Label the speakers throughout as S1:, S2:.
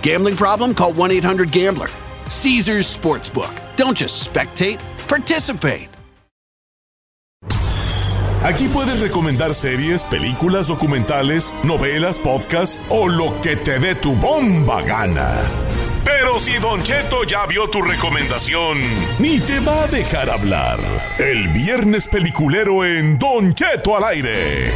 S1: Gambling problem? Call 1 800 Gambler. Caesars Sportsbook. Don't just spectate, participate.
S2: Aquí puedes recomendar series, películas, documentales, novelas, podcasts o lo que te dé tu bomba gana. Pero si Don Cheto ya vio tu recomendación, ni te va a dejar hablar. El viernes peliculero en Don Cheto al aire.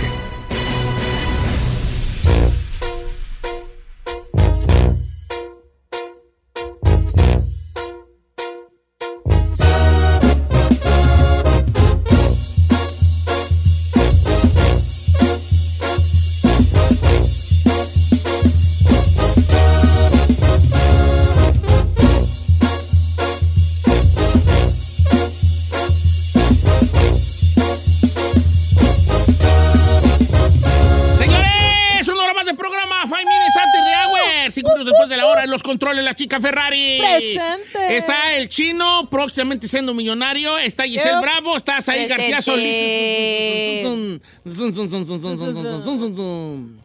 S3: Señores, un hora más de programa. Five minutes antes de hour. Cinco minutos después de la hora. En los controles, la chica Ferrari.
S4: Presente.
S3: Está el chino, próximamente siendo millonario. Está Giselle
S4: Yep.
S3: Bravo. Está Saí
S4: Presente.
S3: García Solís. Zum, zum, zum, zum, zum, zum, zum, zum, zum, zum, zum.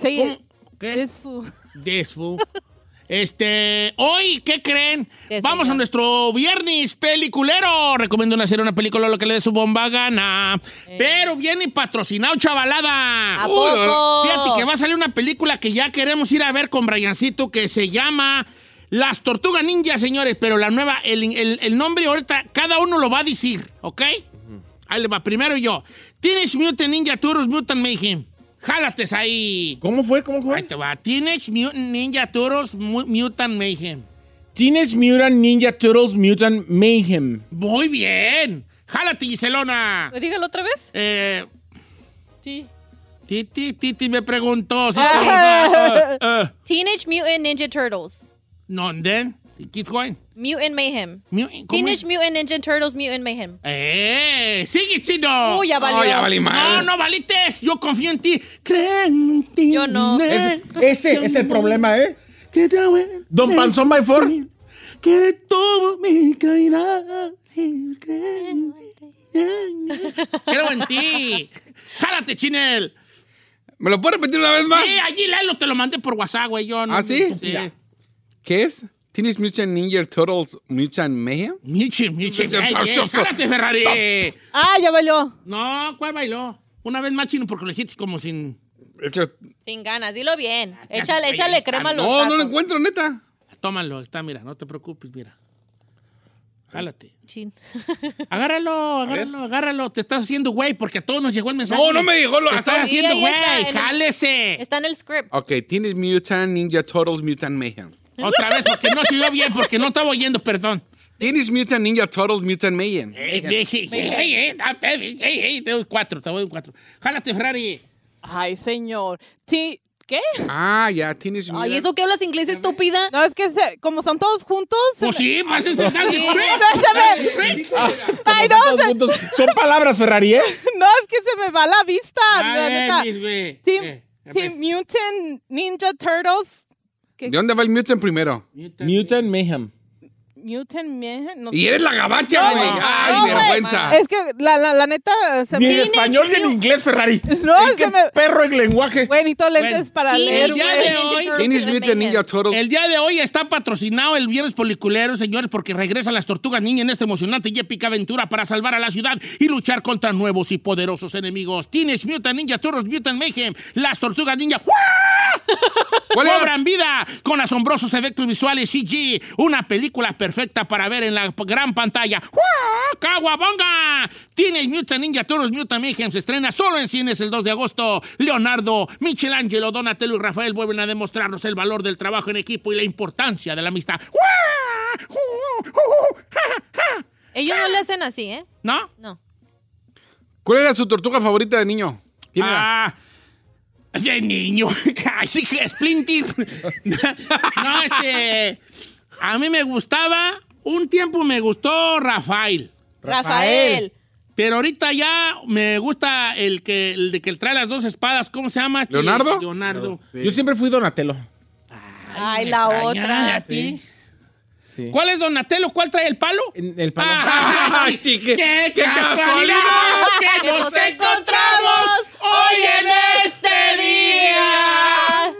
S4: Say
S3: ¿Cómo?
S4: it.
S3: ¿Qué?
S4: This fool.
S3: Desfu. Este, hoy, ¿qué creen?
S4: ¿Qué,
S3: Vamos
S4: señor?
S3: a nuestro viernes peliculero. Recomiendo una serie, una película, lo que le dé su bomba gana. Pero viene patrocinado, chavalada.
S4: ¿A poco?
S3: Fíjate que va a salir una película que ya queremos ir a ver con Briancito que se llama Las Tortugas Ninja, señores. Pero la nueva, el, el- el nombre ahorita, cada uno lo va a decir, ¿ok? Ahí le va, primero yo. Teenage Mutant Ninja Turtles Mutant Mayhem. Jálate ahí.
S5: ¿Cómo fue? ¿Cómo
S3: Ahí
S5: fue?
S3: te va. Teenage Mutant Ninja Turtles Mu- Mutant Mayhem.
S5: Teenage Mutant Ninja Turtles Mutant Mayhem.
S3: Muy bien. Jálate, Giselona.
S6: Dígalo otra vez.
S3: Eh,
S4: Sí.
S3: Titi, Titi me preguntó. Si
S6: Ah.
S3: tengo- eh, eh.
S6: Teenage Mutant Ninja Turtles.
S3: No, and then, keep going.
S6: Mutant Mayhem.
S3: Mu- ¿Cómo es?
S6: Teenage Mutant Ninja Turtles Mutant Mayhem.
S3: ¡Eh! ¡Sigue, chino!
S6: Uy, ya valió.
S3: No, No, no valiste. Yo confío en ti. Creo en ti.
S6: Yo no.
S5: Ese, ese es el problema, ¿eh?
S3: Que te abre-
S5: Don Panzón by Four.
S3: Que todo mi caerá. y creo en ti. Creo en ti. Jálate, Chinel.
S7: ¿Me lo puedes repetir una vez más?
S3: Sí, allí Lalo te lo mandé por WhatsApp, güey. Yo no.
S7: ¿Ah, sí?
S3: Sí.
S7: Ya. ¿Qué es? ¿Tienes Mutant Ninja Turtles Mutant Mayhem?
S3: Michi, Michi.
S7: Ya,
S3: ey,
S7: ya,
S3: ey,
S7: ya, ya.
S3: Jálate, Ferrari.
S4: Ah, ya bailó.
S3: No, ¿cuál bailó? Una vez más, Chino, porque lo dijiste como sin.
S7: Es que-
S6: Sin ganas, dilo bien.
S3: te
S6: Échale,
S3: hace- Ah, ahí
S6: échale
S3: está.
S6: crema a los
S7: No, no lo
S6: tacos.
S7: encuentro, neta.
S3: Tómalo, está, mira, no te preocupes, mira. Jálate.
S6: Chin.
S3: Agárralo, agárralo, agárralo. Te estás haciendo güey porque a todos nos llegó el mensaje.
S7: No, no me llegó lo
S3: Te estás
S7: hasta.
S6: Sí,
S3: haciendo
S6: ahí
S3: güey.
S6: está, en el-
S3: Jálese.
S6: Está en el script.
S7: Ok, Teenage Mutant Ninja Turtles Mutant Mayhem.
S3: Otra vez, porque no se oyó bien, porque no estaba oyendo, perdón. Eh,
S7: Teenage Mutant Ninja Turtles Mutant Mayhem.
S3: Ey, deje- ey, ey, ah, ey, ey, ey, te doy cuatro, te doy un cuatro. Jálate, Ferrari.
S4: Ay, señor. Sí. ¿Qué?
S3: eh.
S7: Ah, ya, Teenage Mutant.
S6: Ay, ¿eso que hablas inglés, estúpida?
S4: No, es que se- como son todos juntos. se
S3: Pues
S4: me-
S3: sí, más en sentarse,
S4: Déjame.
S3: Frank.
S4: Ay, no,
S5: Todos
S4: se-
S5: juntos. Ah, Son palabras, Ferrari, ¿eh?
S4: no, es que se me va la vista. la
S3: A ver,
S4: neta.
S3: mis güey.
S4: Team,
S3: Eh, a ver.
S4: Team Mutant Ninja Turtles.
S7: ¿De dónde va el Mutant primero?
S5: Mutant Mayhem.
S4: Mutant Mayhem. No
S7: Y eres la gabacha,
S4: No,
S7: güey.
S4: güey.
S7: Ay,
S4: No, güey.
S7: vergüenza.
S4: Es que la, la, la neta se
S5: Ni en
S4: me.
S5: español ni en inglés, Ferrari.
S4: No,
S5: ¡Qué
S4: se me.
S5: perro en lenguaje!
S4: Güey, necesito lentes
S3: Bueno,
S4: para leer,
S3: el día
S4: güey.
S3: de hoy-
S7: Teenage Mutant Ninja Turtles.
S3: El día de hoy está patrocinado el Viernes Policulero, señores, porque regresan las tortugas niñas en esta emocionante y épica aventura para salvar a la ciudad y luchar contra nuevos y poderosos enemigos. Teenage Mutant Ninja Turtles Mutant Mayhem, las tortugas ninja. ¡Guau!
S7: ¿Cuál era?
S3: cobran vida con asombrosos efectos visuales CG. Una película perfecta para ver en la p- gran pantalla. ¡Guau! ¡Caguabonga! Teenage Mutant Ninja Turtles Mutant Mayhem se estrena solo en cines el 2 de agosto. Leonardo, Michelangelo, Donatello y Rafael vuelven a demostrarnos el valor del trabajo en equipo y la importancia de la amistad. ¡Guau!
S6: Ellos no le hacen así, ¿eh?
S3: ¿No?
S6: No.
S7: ¿Cuál era su tortuga favorita de niño? ¿Quién era?
S3: Ah, de niño. Ay, sí, que Splinter. no, este. A mí me gustaba. Un tiempo me gustó Rafael.
S6: Rafael.
S3: Pero ahorita ya me gusta el que, el de que trae las dos espadas. ¿Cómo se llama? este?
S7: ¿Leonardo?
S3: Leonardo.
S5: Yo siempre fui Donatello.
S6: Ay,
S3: Me
S6: la
S3: extraña de
S6: otra.
S3: a ti.
S5: Sí.
S3: ¿Cuál es Donatello? ¿Cuál trae el palo?
S5: En el palo.
S3: ¡Ay,
S7: chique,
S3: ¡Qué,
S7: qué
S3: casualidad! ¡Que nos encontramos hoy en este día!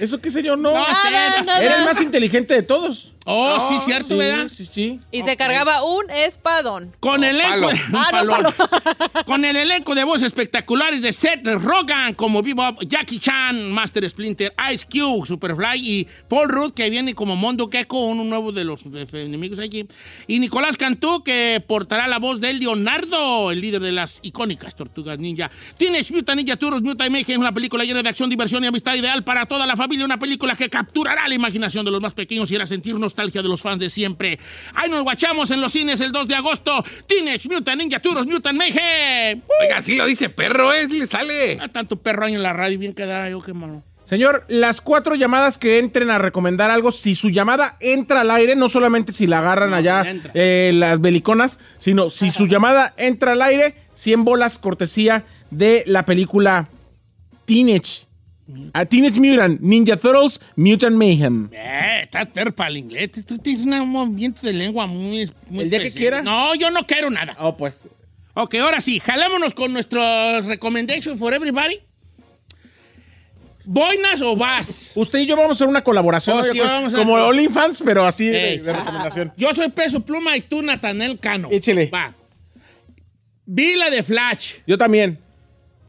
S5: ¿Eso qué señor? No.
S3: No sé,
S6: Nada,
S3: no sé.
S5: Era el más inteligente de todos.
S3: Oh, sí, cierto, ¿verdad?
S5: Sí, sí.
S6: Y se cargaba un espadón.
S3: Con el elenco
S7: palo.
S3: de, un
S6: Ah, no,
S3: palo. con el elenco de voces espectaculares de Seth Rogen como Bebop, Jackie Chan, Master Splinter, Ice Cube, Superfly y Paul Rudd que viene como Mondo Gecko, uno nuevo de los eh, enemigos allí, y Nicolás Cantú que portará la voz de Leonardo, el líder de las icónicas Tortugas Ninja. Teenage Mutant Ninja Turtles Mutant Mayhem, una película llena de acción, diversión y amistad ideal para toda la familia, una película que capturará la imaginación de los más pequeños y hará sentir nostalgia de los fans de siempre. Ahí nos guachamos en los cines el 2 de agosto. Teenage Mutant Ninja Turtles Mutant Mayhem.
S7: Oiga, sí lo dice perro, ¿eh? Sí le sale.
S3: Ah, tanto perro ahí en la radio, bien quedara yo, qué malo.
S5: Señor, las cuatro llamadas que entren a recomendar algo, si su llamada entra al aire, no solamente si la agarran allá
S3: entra.
S5: eh, las beliconas, sino si su llamada entra al aire, 100 bolas cortesía de la película Teenage. A Teenage Mutant, Ninja Turtles, Mutant Mayhem.
S3: Eh, estás perro para el inglés. Tú tienes un movimiento de lengua muy. muy
S5: El día que
S3: especial.
S5: quiera.
S3: No, yo no quiero nada.
S5: Oh, pues.
S3: Ok, ahora sí, jalámonos con nuestros recommendations for everybody. ¿Boinas o vas?
S5: Usted y yo vamos a hacer una colaboración.
S3: Oh,
S5: ¿no?
S3: sí,
S5: Ah, Yo-
S3: vamos a-
S5: como OnlyFans, pero así de,
S3: Ey.
S5: de recomendación.
S3: Yo soy Peso Pluma y tú Natanel Cano.
S5: Échele.
S3: Va. Vi la de Flash.
S5: Yo también.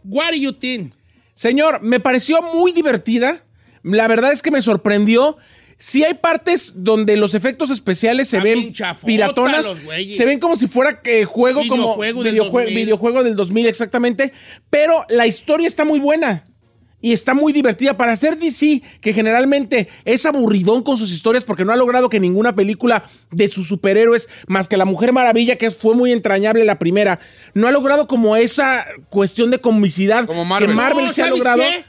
S3: What do you think?
S5: Señor, me pareció muy divertida. La verdad es que me sorprendió. Sí hay partes donde los efectos especiales se
S3: Están
S5: ven
S3: bien chafotas
S5: piratonas.
S3: Ah, los güeyes.
S5: Se ven como si fuera que juego como
S3: Videojuego del 2000.
S5: videojuego del 2000 exactamente, pero la historia está muy buena. Y está muy divertida para hacer DC, que generalmente es aburridón con sus historias porque no ha logrado que ninguna película de sus superhéroes, más que La Mujer Maravilla, que fue muy entrañable la primera, no ha logrado como esa cuestión de comicidad
S7: Como Marvel.
S5: que Marvel
S3: No,
S5: se ha
S3: ¿sabes
S5: logrado.
S3: qué?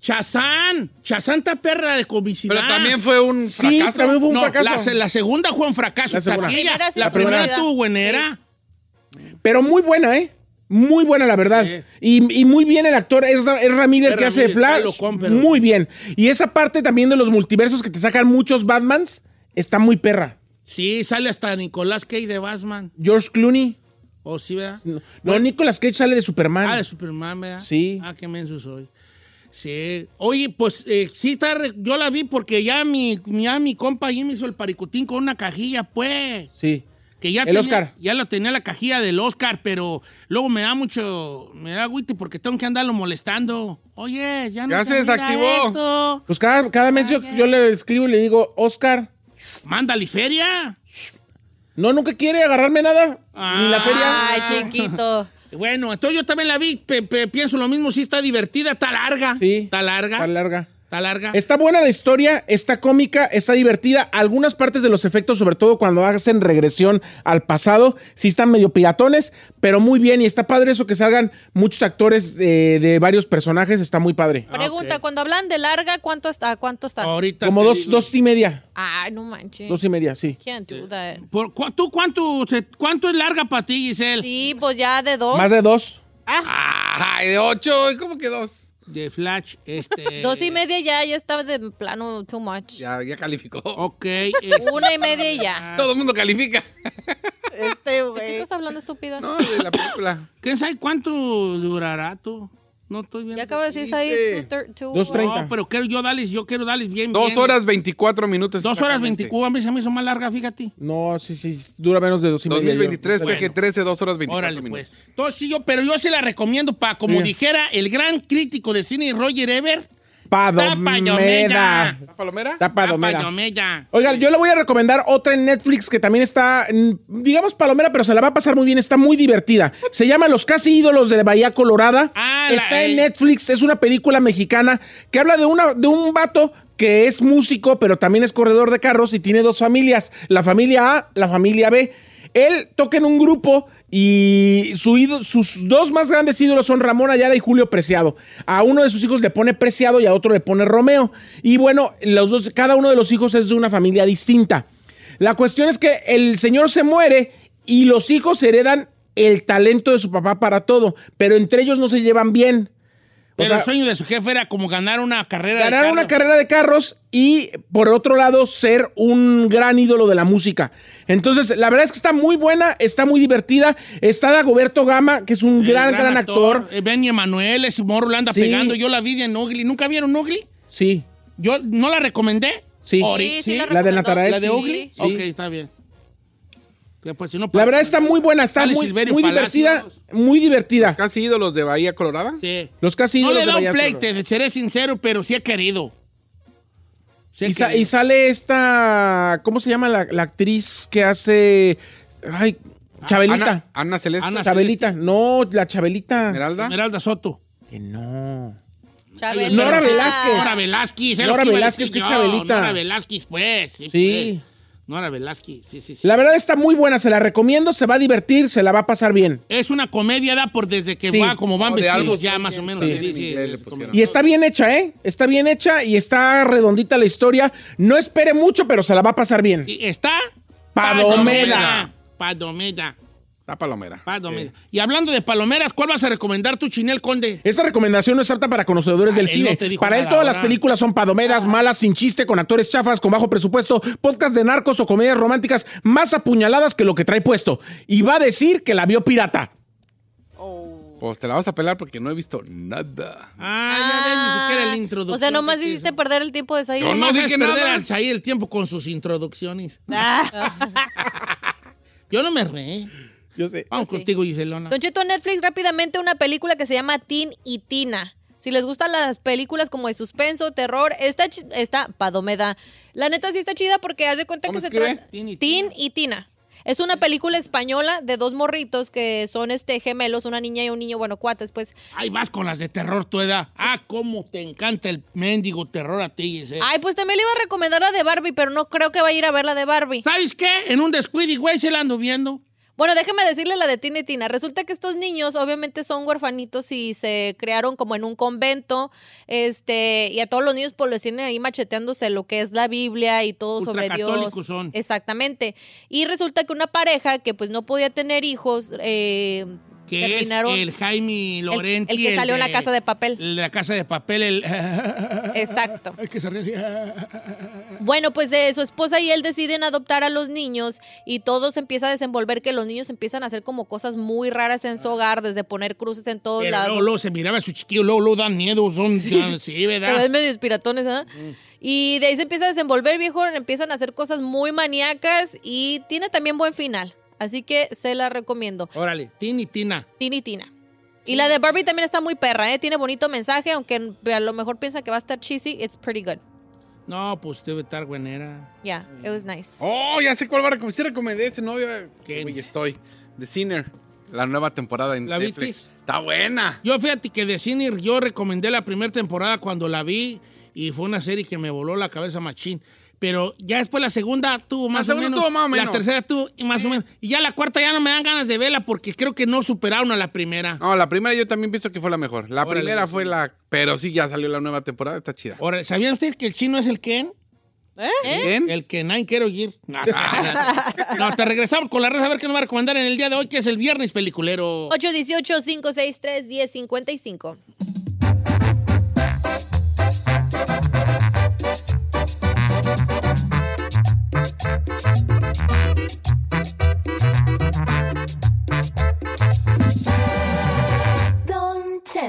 S3: Chazán. Chazán está perra de comicidad.
S7: Pero también fue un
S5: Sí,
S7: fracaso.
S5: también fue un
S3: No,
S5: fracaso.
S3: La, se- la segunda fue un fracaso.
S5: La segunda.
S3: taquilla.
S6: Primera sí
S3: La
S6: fue
S3: primera
S6: buena.
S3: tuvo buenera.
S5: Pero muy buena, ¿eh? Muy buena, la verdad.
S3: Sí.
S5: Y, y muy bien el actor, es, Ra- es Ramírez
S3: Es
S5: que hace de
S3: Ramírez,
S5: Flash.
S3: Pablo Comper.
S5: Muy bien. Y esa parte también de los multiversos que te sacan muchos Batmans, está muy perra.
S3: Sí, sale hasta Nicolás Cage de Batman.
S5: George Clooney.
S3: ¿O sí, verdad?
S5: No, Nicolas Cage sale de Superman.
S3: Ah, de Superman, ¿verdad?
S5: Sí.
S3: Ah, qué menso soy. Sí. Oye, pues eh, sí, está re- yo la vi porque ya mi, ya mi compa Jimmy hizo el paricutín con una cajilla, pues.
S5: Sí.
S3: Que ya
S5: El
S3: tenía-
S5: Oscar.
S3: Ya la tenía la cajilla del Oscar, pero luego me da mucho, me da agüite porque tengo que andarlo molestando. Oye, ya no
S7: Ya
S3: se
S7: se
S3: mira
S7: desactivó.
S3: esto.
S5: Pues cada, cada mes yo, yo le escribo y le digo, Oscar,
S3: Mándale feria.
S5: no, nunca quiere agarrarme nada. Ni la feria.
S6: Ay, chiquito.
S3: Bueno, entonces yo también la vi, pe- pe- pienso lo mismo, sí está divertida, está larga.
S5: Sí.
S3: Está larga.
S5: Está larga.
S3: Está larga.
S5: Está buena la historia, está cómica, está divertida. Algunas partes de los efectos, sobre todo cuando hacen regresión al pasado, sí están medio piratones, pero muy bien. Y está padre eso que salgan muchos actores eh, de varios personajes, está muy padre.
S6: Pregunta,
S3: Ah, ok.
S6: cuando hablan de larga, ¿cuánto está? ¿Cuánto está?
S3: Ahorita
S5: Como
S3: te
S5: dos,
S3: digo.
S5: dos y media.
S6: Ay, no manches.
S5: Dos y media, sí.
S6: Can't do that.
S3: Por, cu- ¿Tú cuánto, se- cuánto es larga para ti, Giselle?
S6: Sí, Ah. pues ya de dos.
S5: Más de dos.
S7: Ay, de ocho, ¿cómo que dos?
S3: De Flash, este...
S6: Eh. Dos y media ya, ya está de plano too much.
S7: Ya, ya calificó.
S3: Ok. este,
S6: Una y media y ya.
S3: Ah.
S7: Todo el mundo califica.
S4: Este
S6: ¿De qué
S4: güey.
S6: estás hablando, estúpida?
S7: No, de la película.
S3: ¿Quién sabe cuánto durará tú? No estoy bien.
S6: ya acabo de decir ahí.
S7: dice?
S6: two thir- two-
S5: Dos treinta.
S3: No, pues, pero quiero yo darles, yo quiero darles bien.
S7: Dos
S3: bien.
S7: horas veinticuatro minutos.
S3: Dos horas
S7: exactamente.
S3: 24, a mí se me hizo más larga, fíjate.
S5: No, sí, sí, dura menos de dos y media. yo.
S7: 2023,
S5: Bueno.
S7: PG-13, dos horas pues, veinticuatro
S3: Órale,
S7: minutos.
S3: pues. Entonces, sí, yo, pero yo se la recomiendo para, como dijera el gran crítico de cine Roger Ebert,
S5: Tapadomeda.
S7: ¿La palomera?
S5: Tapadomeda.
S3: Palomera.
S5: Oiga, yo le voy a recomendar otra en Netflix que también está, mm, digamos, palomera, pero se la va a pasar muy bien, está muy divertida. Se llama Los casi ídolos de Bahía Colorada.
S3: Ah, la-
S5: está en
S3: eh.
S5: Netflix, es una película mexicana que habla de, una, de un vato que es músico, pero también es corredor de carros y tiene dos familias, la familia A, la familia B. Él toca en un grupo y su ídolo- sus dos más grandes ídolos son Ramón Ayala y Julio Preciado. A uno de sus hijos le pone Preciado y a otro le pone Romeo. Y bueno, los dos, cada uno de los hijos es de una familia distinta. La cuestión es que el señor se muere y los hijos heredan el talento de su papá para todo, pero entre ellos no se llevan bien. O
S3: Pero
S5: sea,
S3: el sueño de su jefe era como ganar una carrera. de
S5: ganar una
S3: carros.
S5: carrera de carros y por otro lado ser un gran ídolo de la música. Entonces, la verdad es que está muy buena, está muy divertida. Está Dagoberto Gama, que es un
S3: El
S5: gran, gran actor.
S3: Eh, Benny Emanuel, ese morro la anda
S5: Sí.
S3: pegando. Yo la vi en Ugly. ¿Nunca vieron Ugly?
S5: Sí,
S3: Yo no la recomendé.
S5: sí.
S3: Ahorita,
S6: Sí, sí,
S5: La
S6: la
S5: de
S6: recomendó.
S5: Natarael.
S3: ¿La de
S6: Sí.
S3: Ugly?
S5: Sí.
S3: Ok, está bien. Después, si no,
S5: La
S3: para-
S5: verdad está muy buena, está
S3: Sale
S5: muy,
S3: Silverio
S5: muy
S3: Palacios.
S5: divertida, muy divertida.
S7: ¿Casi ídolos de Bahía Colorada?
S3: Sí.
S5: Los casi
S3: No
S5: ídolos
S3: le
S5: de
S3: da un
S5: Vallarta.
S3: pleite, de- seré sincero, pero sí he querido. Sí he
S5: Y, sa-
S3: querido.
S5: y sale esta, ¿cómo se llama la, la actriz que hace, ay, Chabelita?
S7: Ana, Ana Celeste.
S3: Ah, Ana-
S5: Chabelita, no, la Chabelita.
S7: Esmeralda.
S3: Esmeralda Soto.
S5: Que no.
S6: Chabela.
S5: Nora Velázquez.
S3: Nora Velázquez. era
S5: Nora
S3: lo que iba a
S5: Velázquez,
S3: decir
S5: que es
S3: yo.
S5: Chabelita.
S3: Nora Velázquez, pues. Sí.
S5: Sí.
S3: pues. Nora Velázquez, sí, sí, sí.
S5: La verdad está muy buena, se la recomiendo, se va a divertir, se la va a pasar bien.
S3: Es una comedia da por desde que
S5: Sí.
S3: va, como van
S7: Oh, de algo
S3: vestidos ya, más o menos.
S7: Sí.
S3: le dice-
S7: Sí, le pusieron.
S5: Y está bien hecha, ¿eh? Está bien hecha y está redondita la historia. No espere mucho, pero se la va a pasar bien.
S3: Y está...
S5: Palomera.
S3: Palomera.
S7: La palomera.
S3: Palomera. Y hablando de palomeras, ¿cuál vas a recomendar tu Chinel Conde?
S5: Esa recomendación no es apta para conocedores
S3: Ah,
S5: del
S3: él
S5: cine.
S3: no te dijo
S5: para él
S3: nada Ah.
S5: todas
S3: ahora.
S5: las películas son padomedas, malas, sin chiste, con actores chafas, con bajo presupuesto, podcast de narcos o comedias románticas más apuñaladas que lo que trae puesto. Y va a decir que la vio pirata.
S7: Pues te la vas a pelar porque no he visto nada.
S3: Ah, ya ves, ni siquiera el introductor.
S6: O sea, nomás
S3: que te
S6: hiciste
S3: hizo.
S6: perder el tiempo de Said.
S7: Yo no
S3: Nomás
S7: dije
S3: es perder
S7: nada.
S3: al Saí el tiempo con sus introducciones.
S5: Ah.
S3: Yo no me reí.
S5: Yo sé.
S3: Vamos
S6: Yo sí.
S3: contigo, Giselona.
S6: Don Cheto, en Netflix rápidamente una película que se llama Tin y Tina. Si les gustan las películas como de suspenso, terror, está, chi- está padomeda. La neta sí está chida porque haz de cuenta
S7: ¿Cómo
S6: que se
S7: escribe?
S6: trata...
S3: Tin y
S6: Tin y Tina. Es una película española de dos morritos que son este gemelos, una niña y un niño, bueno, cuates, pues.
S3: Ahí vas con las de terror tu edad. Ah, cómo te encanta el mendigo terror a ti, Giselle.
S6: Ay, pues también le iba a recomendar la de Barbie, pero no creo que vaya a ir a ver la de Barbie.
S3: ¿Sabes qué? En un descuido, güey, se la ando viendo.
S6: Bueno, déjeme decirle la de Tina y Tina. Resulta que estos niños obviamente son huerfanitos y se crearon como en un convento, este, y a todos los niños pues les tienen ahí macheteándose lo que es la Biblia y todo sobre Dios.
S3: Ultracatólicos son.
S6: Exactamente. Y resulta que una pareja que pues no podía tener hijos, eh,
S3: Que
S6: terminaron
S3: es el Jaime
S6: el-
S3: Lorente.
S6: el que salió en la casa de papel.
S3: La casa de papel, el...
S6: Exacto.
S3: El que se ríe así.
S6: Bueno, pues eh, su esposa y él deciden adoptar a los niños y todo se empieza a desenvolver, que los niños empiezan a hacer como cosas muy raras en su hogar, desde poner cruces en todos
S3: Pero
S6: lados.
S3: luego, luego se miraba a su chiquillo, luego, luego dan miedo. Son, sí.
S6: Te ves
S3: ¿verdad?
S6: medio espiratones, ¿ah? Y de ahí se empieza a desenvolver, viejo. Empiezan a hacer cosas muy maníacas y tiene también buen final. Así que se la recomiendo.
S3: Órale, Tini, Tina.
S6: Tini Tina. Y la de Barbie también está muy perra, ¿eh? Tiene bonito mensaje, aunque a lo mejor piensa que va a estar cheesy. It's pretty good.
S3: No, pues debe estar buenera.
S6: Yeah, it was nice.
S7: Oh, ya sé cuál va a recomendar. Sí recomendé este novio.
S3: ¿Quién?
S7: Uy, estoy. The Sinner. La nueva temporada en
S3: ¿La
S7: Netflix.
S3: viste?
S7: Está buena.
S3: Yo fíjate que de cine yo recomendé la primera temporada cuando la vi y fue una serie que me voló la cabeza machín. Pero ya después la segunda tuvo más o
S7: segunda
S3: menos.
S7: estuvo más o
S3: La
S7: menos.
S3: tercera tuvo y más o menos. Y ya la cuarta ya no me dan ganas de verla porque creo que no superaron a la primera.
S7: No, la primera yo también pienso que fue la mejor. La
S3: Órale.
S7: primera fue la... Pero sí, ya salió la nueva temporada. Está chida.
S3: Ahora, ¿sabían ustedes que el chino es el Ken?
S7: ¿Quién?
S3: El que nine quiero ir. No, no, te regresamos con la red a ver qué nos va a recomendar en el día de hoy, que es el viernes peliculero.
S6: 818-563-1055.
S8: Don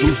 S9: ¿Tus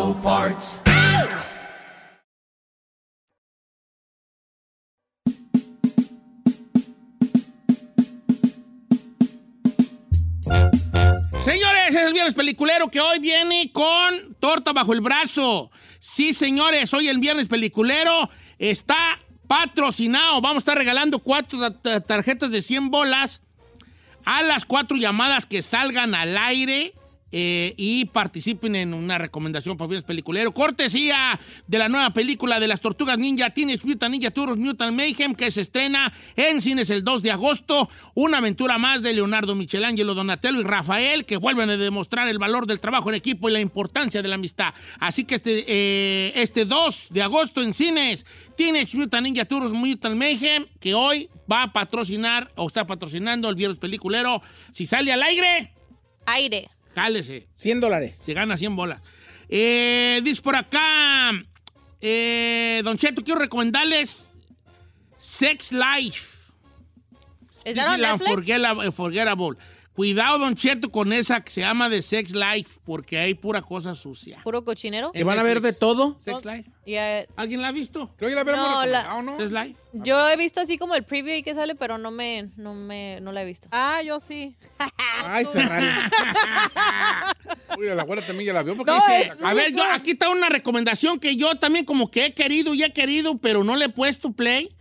S3: Señores, es el viernes peliculero que hoy viene con torta bajo el brazo. Sí, señores, hoy el viernes peliculero está patrocinado. Vamos a estar regalando cuatro ta- ta- tarjetas de 100 bolas a las cuatro llamadas que salgan al aire eh, y participen en una recomendación para viernes peliculero. Cortesía de la nueva película de las Tortugas Ninja, Teenage Mutant Ninja Turtles Mutant Mayhem, que se estrena en cines el 2 de agosto. Una aventura más de Leonardo Michelangelo, Donatello y Rafael, que vuelven a demostrar el valor del trabajo en equipo y la importancia de la amistad. Así que este, eh, este 2 de agosto en cines, Teenage Mutant Ninja Turtles Mutant Mayhem, que hoy va a patrocinar o está patrocinando el viernes peliculero. Si sale al aire,
S6: Aire.
S3: cálese.
S5: 100 dólares.
S3: Se gana 100 bolas. Eh, dice por acá, eh, Don Cheto, quiero recomendarles Sex Life.
S6: ¿Es
S3: This
S6: that on
S3: is
S6: Netflix?
S3: unforgettable- Unforgettable. eh, Cuidado, Don Cheto, con esa que se llama de Sex Life, porque hay pura cosa sucia.
S6: ¿Puro cochinero?
S5: ¿Que van a ver de todo?
S3: Sex Life.
S6: Ya-
S3: ¿Alguien la ha visto?
S7: Creo que la habíamos
S6: No, la-
S7: recomendado, ¿no?
S3: Sex Life.
S6: Yo he visto así como el preview y que sale, pero no me, no me, no la he visto.
S4: Ah, yo sí.
S5: Ay, Ferrari.
S7: Uy, la abuela también ya la vio porque
S4: No,
S7: dice-
S4: es
S3: A
S4: muy
S3: ver, yo-
S4: buena.
S3: aquí está una recomendación que yo también como que he querido y he querido, pero no le he puesto play.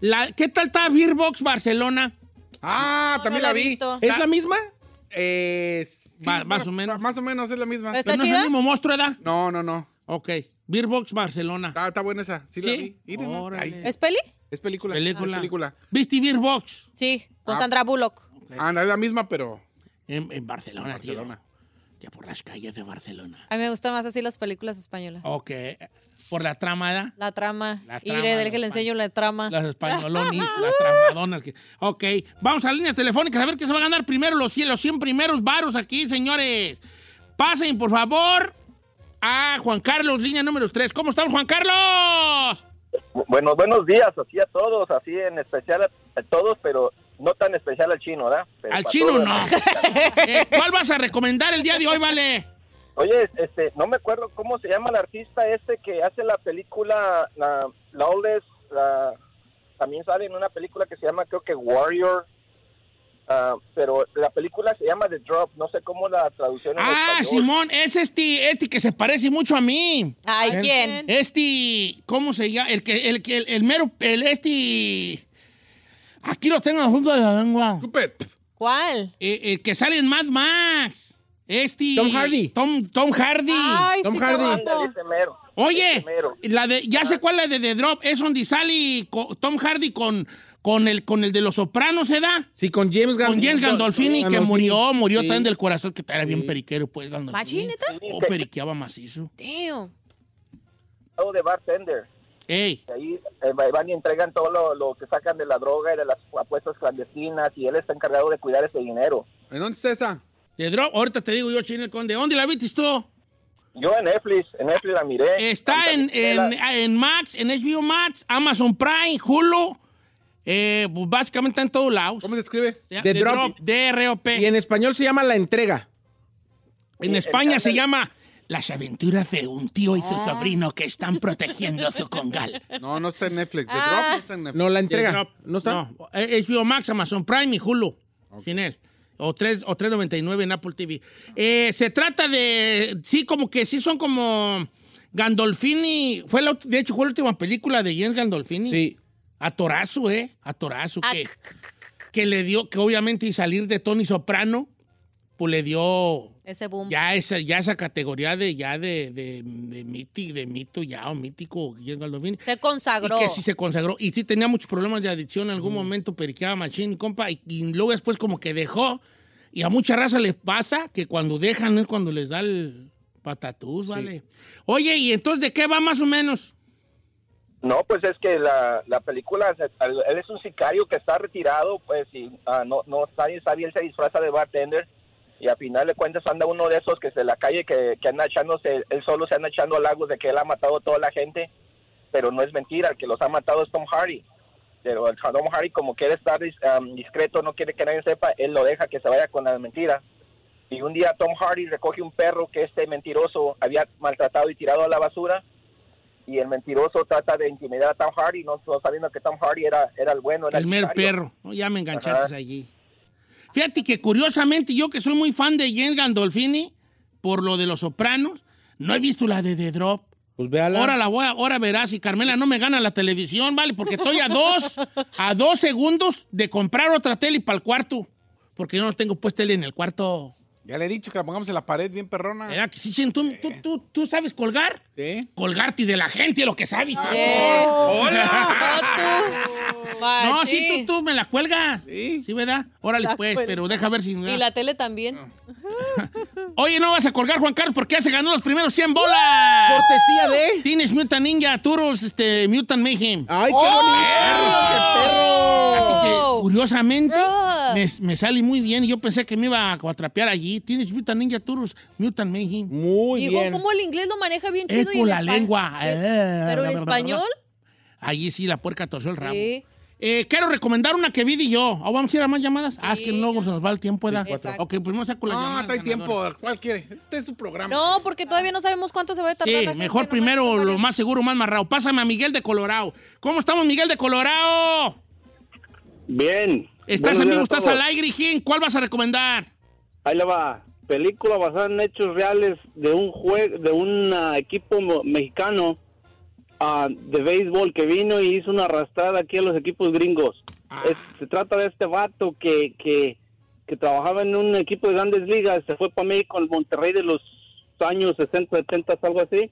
S3: La, ¿Qué tal está Beerbox Barcelona?
S7: Ah,
S6: No,
S7: también
S6: no
S7: la,
S6: he
S7: vi.
S6: visto.
S5: ¿Es la misma?
S7: Eh, sí,
S3: Ma- más
S7: bueno,
S3: o menos.
S7: Más o menos es la misma.
S6: Pero
S3: ¿Pero
S6: ¿Está
S3: ¿No es el
S6: chida?
S3: mismo monstruo, edad?
S7: No, no, no. Ah,
S3: Ok. Beerbox Barcelona.
S7: Está, está buena esa. Sí, la
S3: ¿Sí?
S7: vi. Mira, ¿no?
S3: Órale.
S7: Ay,
S6: ¿Es peli?
S7: es película.
S3: Película.
S7: Es película.
S3: ¿Viste Beerbox?
S6: Sí, con
S7: Ah.
S6: Sandra Bullock.
S7: Ah, no, es la misma, pero.
S3: En, en Barcelona, tío. Ya por las calles de Barcelona.
S6: A mí me gustan más así las películas españolas.
S3: Ok. Por la tramada.
S6: La trama.
S3: La
S6: Iré,
S3: trama,
S6: del que le
S3: los
S6: enseño la trama.
S3: Las españolonis, las tramadonas. Que... Ok. Vamos a líneas telefónicas a ver qué se va a ganar primero los 100, los 100 primeros varos aquí, señores. Pasen, por favor, a Juan Carlos, línea número 3. ¿Cómo estamos, Juan Carlos?
S10: Bueno, buenos días, así a todos, así en especial a, a todos, pero no tan especial al chino, ¿verdad? Pero
S3: Al
S10: para
S3: chino
S10: todos.
S3: no. Eh, ¿Cuál vas a recomendar el día de hoy, vale?
S10: Oye, este, no me acuerdo cómo se llama el artista este que hace la película, la Lawless, la- también sale en una película que se llama, creo que Warrior, ah, pero la película se llama The Drop, no sé cómo la traducción en
S3: Ah,
S10: español.
S3: Simón, es este, este que se parece mucho a mí.
S6: Ay, ¿quién?
S3: Este, ¿cómo se llama? El que, el que, el, el mero, el este. Aquí lo tengo junto de la lengua.
S7: Cupet.
S6: ¿Cuál?
S3: El, el que sale en Mad Max. Este.
S5: Tom Hardy.
S3: Tom, Tom Hardy.
S4: Ay,
S5: Tom
S4: sí, qué
S5: Hardy.
S4: guapo.
S10: Ándale, ese mero.
S3: Oye,
S10: ese mero.
S3: la de, ya sé cuál es la de The Drop. Es donde sale co- Tom Hardy con, con, el, con el de los sopranos, ¿se da?
S5: Sí, con James Gandolfini.
S3: Con James Gandolfini, que murió, murió tan del corazón, que era bien
S5: Sí.
S3: periquero, pues, Gandolfini.
S6: ¿Machín, neta?
S3: Oh,
S10: este-
S3: periqueaba macizo.
S6: Damn.
S10: Todo de bartender.
S3: Ey.
S10: que ahí eh, van y entregan todo lo, lo que sacan de la droga y de las apuestas clandestinas y él está encargado de cuidar ese dinero.
S7: ¿En dónde está esa?
S3: De Drop, ahorita te digo yo, Chino el Conde. ¿Dónde la viste tú?
S10: Yo en Netflix, en Netflix la miré.
S3: Está en, en, ah, en Max, en HBO Max, Amazon Prime, Hulu. Eh, pues básicamente está en todos lados.
S7: ¿Cómo se escribe?
S3: The,
S5: The Drop.
S3: Drop, D-R-O-P.
S5: Y en español se llama La Entrega.
S3: En España se llama Las aventuras de un tío y su sobrino que están protegiendo su congal.
S7: No, no está en Netflix. The
S3: Ah.
S7: Drop no está en Netflix.
S3: No, la entrega. ¿No está? No, eh, HBO Max, Amazon Prime y Hulu. Sin él. O, 3, o 3.99 en Apple TV. Eh, se trata de... Sí, como que sí son como... Gandolfini... Fue la, de hecho, fue la última película de Jens Gandolfini. Sí. A Torazo, ¿eh? A Torazo. Que, que le dio... Que obviamente y salir de Tony Soprano, pues le dio...
S6: Ese boom.
S3: Ya esa, ya esa categoría de ya de, de, de miti- de mito ya o mítico Guillermo Gandolfini.
S6: Se consagró.
S3: Y que sí se consagró. Y sí tenía muchos problemas de adicción en algún momento, periqueaba machín, compa. Y, y luego después como que dejó. Y a mucha raza les pasa que cuando dejan es cuando les da el patatús, Pues, ¿vale? Oye, ¿y entonces de qué va más o menos?
S10: No, pues es que la, la película, se- al- él es un sicario que está retirado, pues, y ah, no, no nadie sabe, él se disfraza de bartender, y al final de cuentas anda uno de esos que se la calle, que, que anda echándose, él solo se anda echando halagos de que él ha matado a toda la gente, pero no es mentira, el que los ha matado es Tom Hardy. Pero el Tom Hardy, como quiere estar dis- am, discreto, no quiere que nadie sepa, él lo deja que se vaya con las mentiras. Y un día Tom Hardy recoge un perro que este mentiroso había maltratado y tirado a la basura y el mentiroso trata de intimidar a Tom Hardy, no, no sabiendo que Tom Hardy era, era el bueno. Era
S3: El mero
S10: sicario.
S3: perro. ¿no? Ya me enganchaste
S10: Ajá.
S3: allí. Fíjate que curiosamente yo que soy muy fan de Jens Gandolfini, por lo de los sopranos, no he visto la de The Drop.
S5: Pues véala.
S3: Ahora la voy a, ahora verás si Carmela no me gana la televisión, ¿vale? Porque estoy a dos, a dos segundos de comprar otra tele para el cuarto. Porque yo no tengo pues tele en el cuarto.
S7: Ya le he dicho que la pongamos en la pared bien perrona.
S3: ¿Verdad que sí, Chen? ¿Tú, tú, tú- tú sabes colgar?
S7: Sí.
S3: Colgarte de la gente lo que sabes.
S7: Eh.
S3: ¡Hola! No,
S6: Machín.
S3: sí, tú, tú me la cuelgas. Sí. Sí, ¿verdad? Órale,
S6: Ah, La
S3: pues,
S6: cuelga.
S3: pero deja ver si...
S6: Y la tele también.
S3: Oye, no vas a colgar, Juan Carlos, porque ya se ganó los primeros 100 bolas.
S5: Cortesía de.
S3: Tienes Mutant Ninja, Turtles, este, Mutant Mayhem.
S5: ¡Ay,
S3: qué bonito! ¡Qué perro! Curiosamente, me, me sale muy bien. Yo pensé que me iba a atrapear allí. Tienes Mutant Ninja, Turtles, Mutant Mayhem.
S5: Muy
S6: Dijo, ¿cómo el inglés lo maneja bien
S3: Es
S6: chido? y
S3: por
S6: el
S3: la
S6: espa- eh,
S3: lengua.
S6: Pero en español,
S3: Allí sí, la puerca torció el rabo.
S6: sí.
S3: Eh, quiero recomendar una que vi y yo. ¿O vamos a ir a más llamadas? Ah, es que luego se nos va el tiempo, ¿verdad?
S6: cuatro.
S3: ok, primero saco las
S7: No,
S3: llamadas.
S7: está hay tiempo.
S3: ganadoras.
S7: ¿Cuál quiere? Este es su programa.
S6: No, porque todavía no sabemos cuánto se va a tardar.
S3: Sí,
S6: la gente,
S3: mejor
S6: no
S3: primero
S6: manches,
S3: lo más seguro, más marrado. Pásame a Miguel de Colorado. ¿Cómo estamos, Miguel de Colorado?
S11: Bien.
S3: ¿Estás
S11: Buenos días
S3: en vivo?
S11: a
S3: ¿Estás
S11: todos.
S3: al aire, Jim? ¿Cuál vas a recomendar?
S11: Ahí le va. Película basada en hechos reales de un juego, de un ah, equipo mo- mexicano ah, de béisbol que vino y hizo una arrastrada aquí a los equipos gringos. Es- se trata de este vato que, que, que trabajaba en un equipo de grandes ligas, se fue para México, al Monterrey de los años 60, 70, algo así.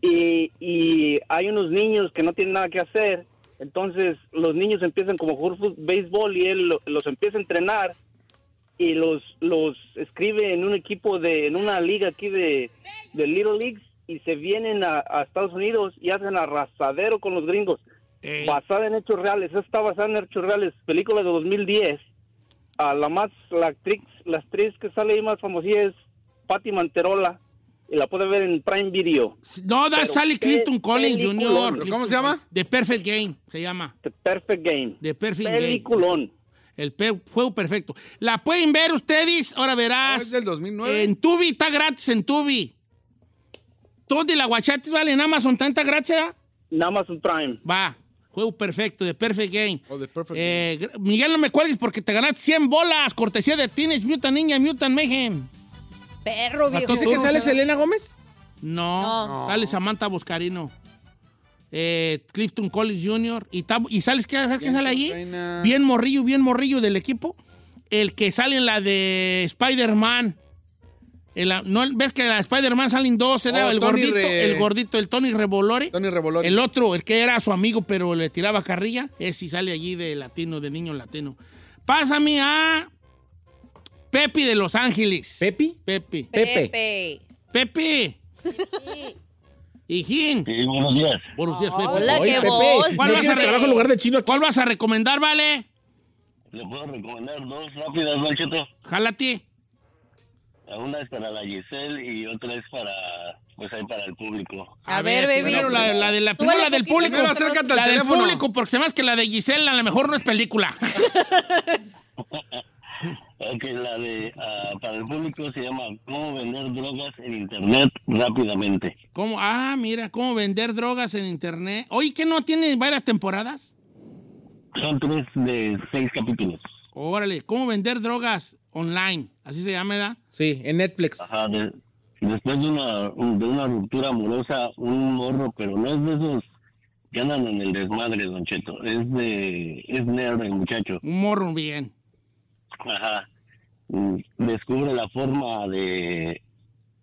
S11: y, y hay unos niños que no tienen nada que hacer. Entonces los niños empiezan como a jugar fut- béisbol y él lo- los empieza a entrenar y los los escribe en un equipo de en una liga aquí de, de Little Leagues y se vienen a, a Estados Unidos y hacen arrasadero con los gringos. Basada en hechos reales, esa está basada en hechos reales, película de 2010. A la más la actriz, la actriz que sale ahí más famosilla es Patty Manterola y la puede ver en Prime Video.
S3: No, da
S11: Pero
S3: Sally
S11: qué
S3: Clinton Collins
S11: peliculón.
S3: Jr.
S11: ¿Cómo
S3: Clinton
S11: se llama?
S3: Collins. The Perfect Game, se llama.
S11: The Perfect Game.
S3: The Perfect
S11: Peliculón. Game.
S3: El pe- juego perfecto. La pueden ver ustedes, ahora verás. es del 2009. En Tubi, está gratis en Tubi. ¿Dónde la guachates vale en Amazon? ¿Tanta gratis?
S11: En Amazon Prime.
S3: Va. Juego perfecto, The Perfect Game. Eh, gra- Miguel, no me cuelgues porque te ganaste 100 bolas. Cortesía de Teenage Mutant Ninja Mutant Mayhem.
S6: Perro, viejo.
S3: ¿Dice que sale Selena
S5: Gómez?
S3: No,
S6: No.
S3: sale Samantha Boscarino. Eh, Clifton Collins Jr. Y, tab- y ¿sabes qué, sabes qué sale allí? Bien morrillo, bien morrillo del equipo. El que sale en la de Spider-Man. El- no, ¿Ves que en la de Spider-Man salen dos? Era
S7: Oh,
S3: el
S7: Tony
S3: gordito,
S7: Re-
S3: el gordito, el Tony Revolore. Tony Revolore. El otro, el que era su amigo, pero le tiraba carrilla. Ese sale allí de latino, de niño latino. Pásame a Pepe de Los Ángeles.
S5: ¿Pepi?
S3: Pepe.
S6: Pepe.
S3: Pepe. Hijín.
S12: buenos días.
S3: Buenos días, Pepe.
S6: Hola, qué
S3: Pepe.
S6: voz,
S3: ¿Cuál vas,
S6: Pepe.
S3: a recomendar? ¿Cuál vas a recomendar, vale?
S12: Le puedo recomendar dos rápidas, ¿no, Cheto?
S3: Jálate.
S12: Una es para la Giselle y otra es para, pues ahí para el público.
S3: A, ver,
S12: baby.
S3: Primero la, la de la,
S12: Súbale
S3: primero la del
S12: poquito,
S3: público.
S12: primero acércate al
S3: la del
S12: teléfono.
S3: público, porque se me hace que la de Gisela a lo mejor no es película.
S12: Ok, la de ah, para el público se llama ¿Cómo vender drogas en internet rápidamente?
S3: ¿Cómo? Ah, mira, cómo vender drogas en internet. Oye, ¿qué no tiene varias temporadas?
S12: Son tres de seis capítulos.
S3: Órale, ¿cómo vender drogas online? Así se llama, ¿verdad?
S5: Sí, en Netflix.
S12: Ajá, de- después de una, de una ruptura amorosa, un morro, pero no es de esos que andan en el desmadre, Don Cheto. Es de. Es nerd el muchacho.
S3: Un morro bien.
S12: Ajá. Mm, Descubre la forma de,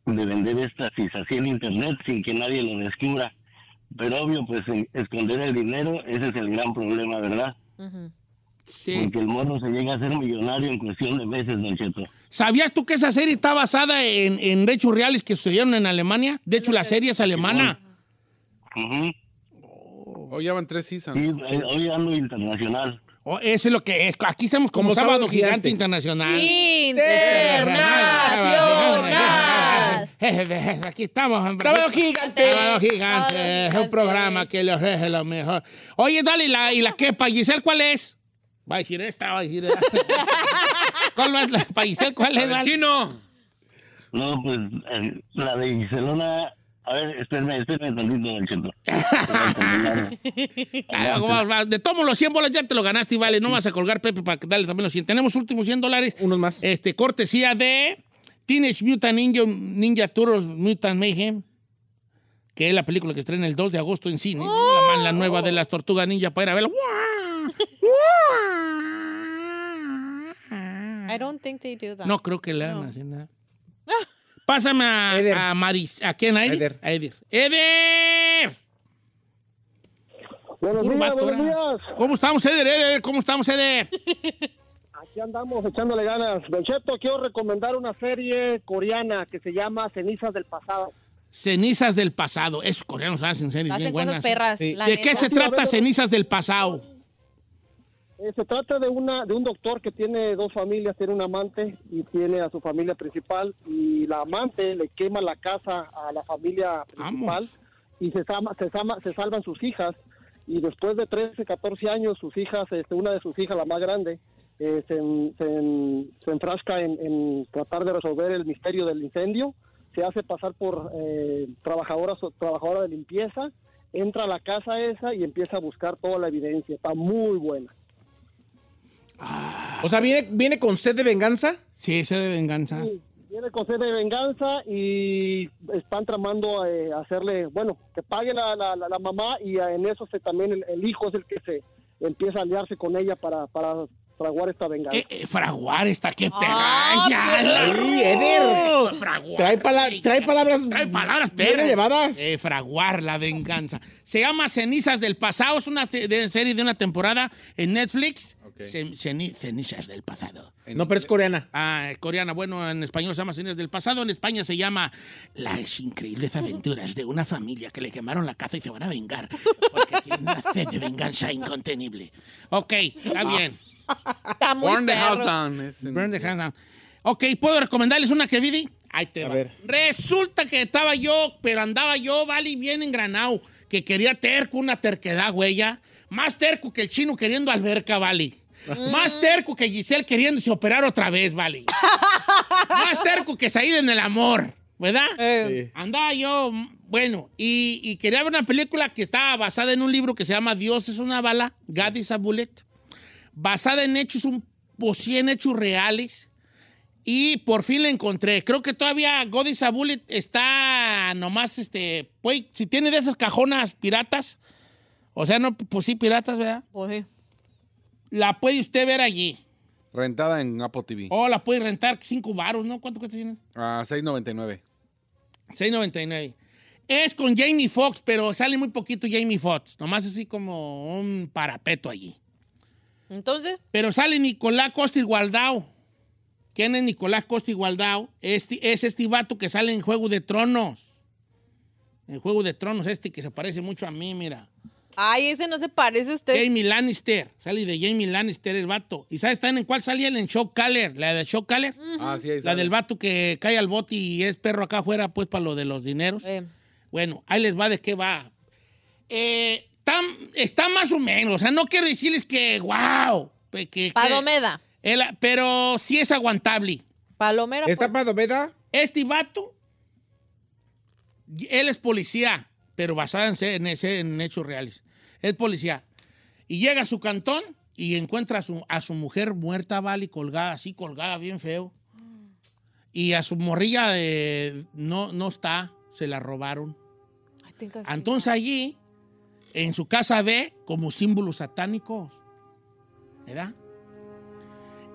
S12: de vender éxtasis así en internet sin que nadie lo descubra. Pero obvio, pues en- esconder el dinero, ese es el gran problema, ¿verdad? Porque el morro se llega a ser millonario en cuestión de meses, Don Cheto.
S3: ¿Sabías tú que esa serie está basada en, en hechos reales que sucedieron en Alemania? De hecho, la serie es alemana.
S7: Hoy ya van tres seasons.
S12: eh, hoy ando internacional.
S3: Oh, eso es lo que es. Aquí estamos como,
S7: Como
S3: sábado,
S7: Sábado
S3: gigante,
S7: Gigante.
S3: internacional.
S6: Internacional.
S3: Aquí estamos, hombre.
S6: Sábado Gigante.
S3: Sábado Gigante.
S6: Sábado
S3: Es un programa que le ofrece lo mejor. Oye, dale, ¿y la, y la que? ¿Para Giselle cuál es? Va a decir esta, va a decir esta. ¿Cuál va la para Giselle cuál es? dale?
S7: chino.
S12: No, pues eh, la de Barcelona. A ver, espérame, espérame tantito, Don Cheto.
S3: Ah, va, va, De tomo los 100 bolas, ya te lo ganaste y vale. No vas a colgar, Pepe, para que dale también los 100. Tenemos últimos 100 dólares. Unos más. Este, cortesía de Teenage Mutant Ninja, Ninja Turtles Mutant Mayhem, que es la película que estrena el 2 de agosto en cine. La, más- la nueva de las Tortugas Ninja para ir a verla.
S6: I don't think they do that.
S3: No creo que la hagan así, nada. Pásame a, a Maris. ¿A quién? ¿A Edir? Eder. A Edir. ¡Eder!
S13: Buenos
S3: Puro
S13: días,
S3: vato,
S13: buenos
S3: ¿verdad?
S13: días.
S3: ¿Cómo estamos, Eder? Eder, ¿cómo estamos, Eder?
S13: Aquí andamos echándole ganas. Don Cheto, quiero recomendar una serie coreana que se llama Cenizas del Pasado.
S3: Cenizas del pasado. Esos coreanos hacen series
S13: Hacen
S3: bien
S13: cosas
S3: buenas.
S13: perras,
S3: Sí.
S13: la
S3: ¿De
S13: neta.
S3: qué se trata Cenizas del pasado?
S13: Eh, se trata de una de un doctor que tiene dos familias, tiene un amante y tiene a su familia principal y la amante le quema la casa a la familia principal y se, sama- se, sama- se salvan sus hijas y después de 13, 14 años sus hijas, este, una de sus hijas, la más grande, eh, se, en- se en- se enfrasca en, en tratar de resolver el misterio del incendio, se hace pasar por eh, trabajadora, so- trabajadora de limpieza, entra a la casa esa y empieza a buscar toda la evidencia, está muy buena.
S5: Ah. O sea, ¿viene, viene con sed de venganza?
S3: Sí, sed de venganza.
S13: Sí, Viene con sed de venganza y están tramando eh, hacerle, bueno, que pague la, la- la- la mamá y eh, en eso se, también el, el hijo es el que se empieza a aliarse con ella para, para fraguar esta venganza.
S3: eh, Fraguar está que perra.
S6: Ah,
S5: Sí, Eder. Trae, pala- trae palabras.
S3: Trae palabras
S5: bien
S3: perras.
S5: elevadas.
S3: Eh, fraguar la venganza. Se llama Cenizas del pasado. Es una se- de- serie de una temporada en Netflix. Ce- ceni- cenizas del pasado.
S5: No, pero es coreana.
S3: Ah, coreana. Bueno, en español se llama Cenizas del pasado. En España se llama Las increíbles aventuras de una familia que le quemaron la casa y se van a vengar porque tienen una sed de venganza incontenible. Ok, está bien.
S6: Ah. Está muy
S3: Burn the
S6: perro.
S3: house down. Burn the house down. Ok, ¿puedo recomendarles una que vi? Ahí te va. Resulta que estaba yo, pero andaba yo, vale, y bien engranado, que quería terco, una terquedad, güey, ya. Más terco que el chino queriendo alberca, vale. Más terco que Giselle queriéndose operar otra vez, vale. Más terco que Said en el amor, ¿verdad? Andaba yo, bueno, y, y quería ver una película que estaba basada en un libro que se llama Dios es una bala, God is a bullet basada en hechos, un, o 100 hechos reales. Y por fin la encontré. Creo que todavía Godis a Bullet está nomás, este, pues, si tiene de esas cajonas piratas, o sea, no, pues sí, piratas, ¿verdad? La puede usted ver allí.
S7: Rentada en Apple TV.
S3: O la puede rentar cinco varos, ¿no? ¿Cuánto cuesta? Gina?
S7: A 6.99.
S3: 6.99. Es con Jamie Foxx, pero sale muy poquito Jamie Foxx. Nomás así como un parapeto allí.
S6: Entonces,
S3: Pero sale Nicolás Costa Igualdao. ¿Quién es Nicolás Costa Igualdao? Este, es este vato que sale en Juego de Tronos. En Juego de Tronos, este que se parece mucho a mí, mira.
S6: ay, ese no se parece a usted.
S3: Jamie Lannister. Sale de Jamie Lannister el vato. ¿Y sabes también en cuál salía él? En Show Caller. La de Show Caller.
S7: Ah, sí, ahí
S3: La
S7: sale.
S3: del vato que cae al bote y es perro acá afuera, pues, para lo de los dineros.
S7: Eh.
S3: Bueno, ahí les va de qué va. Eh, está, está más o menos. O sea, no quiero decirles que, wow. Que, que-
S6: Palomeda.
S3: El- pero sí es aguantable.
S6: Palomera.
S3: ¿Está Palomera? Este vato, él es policía, pero basada en, se- en ese- en hechos reales. Es policía. Y llega a su cantón y encuentra a su, a su mujer muerta, vale, y colgada, así colgada, bien feo. Y a su morrilla eh, no, no está, se la robaron. Entonces allí, en su casa ve como símbolos satánicos, ¿verdad?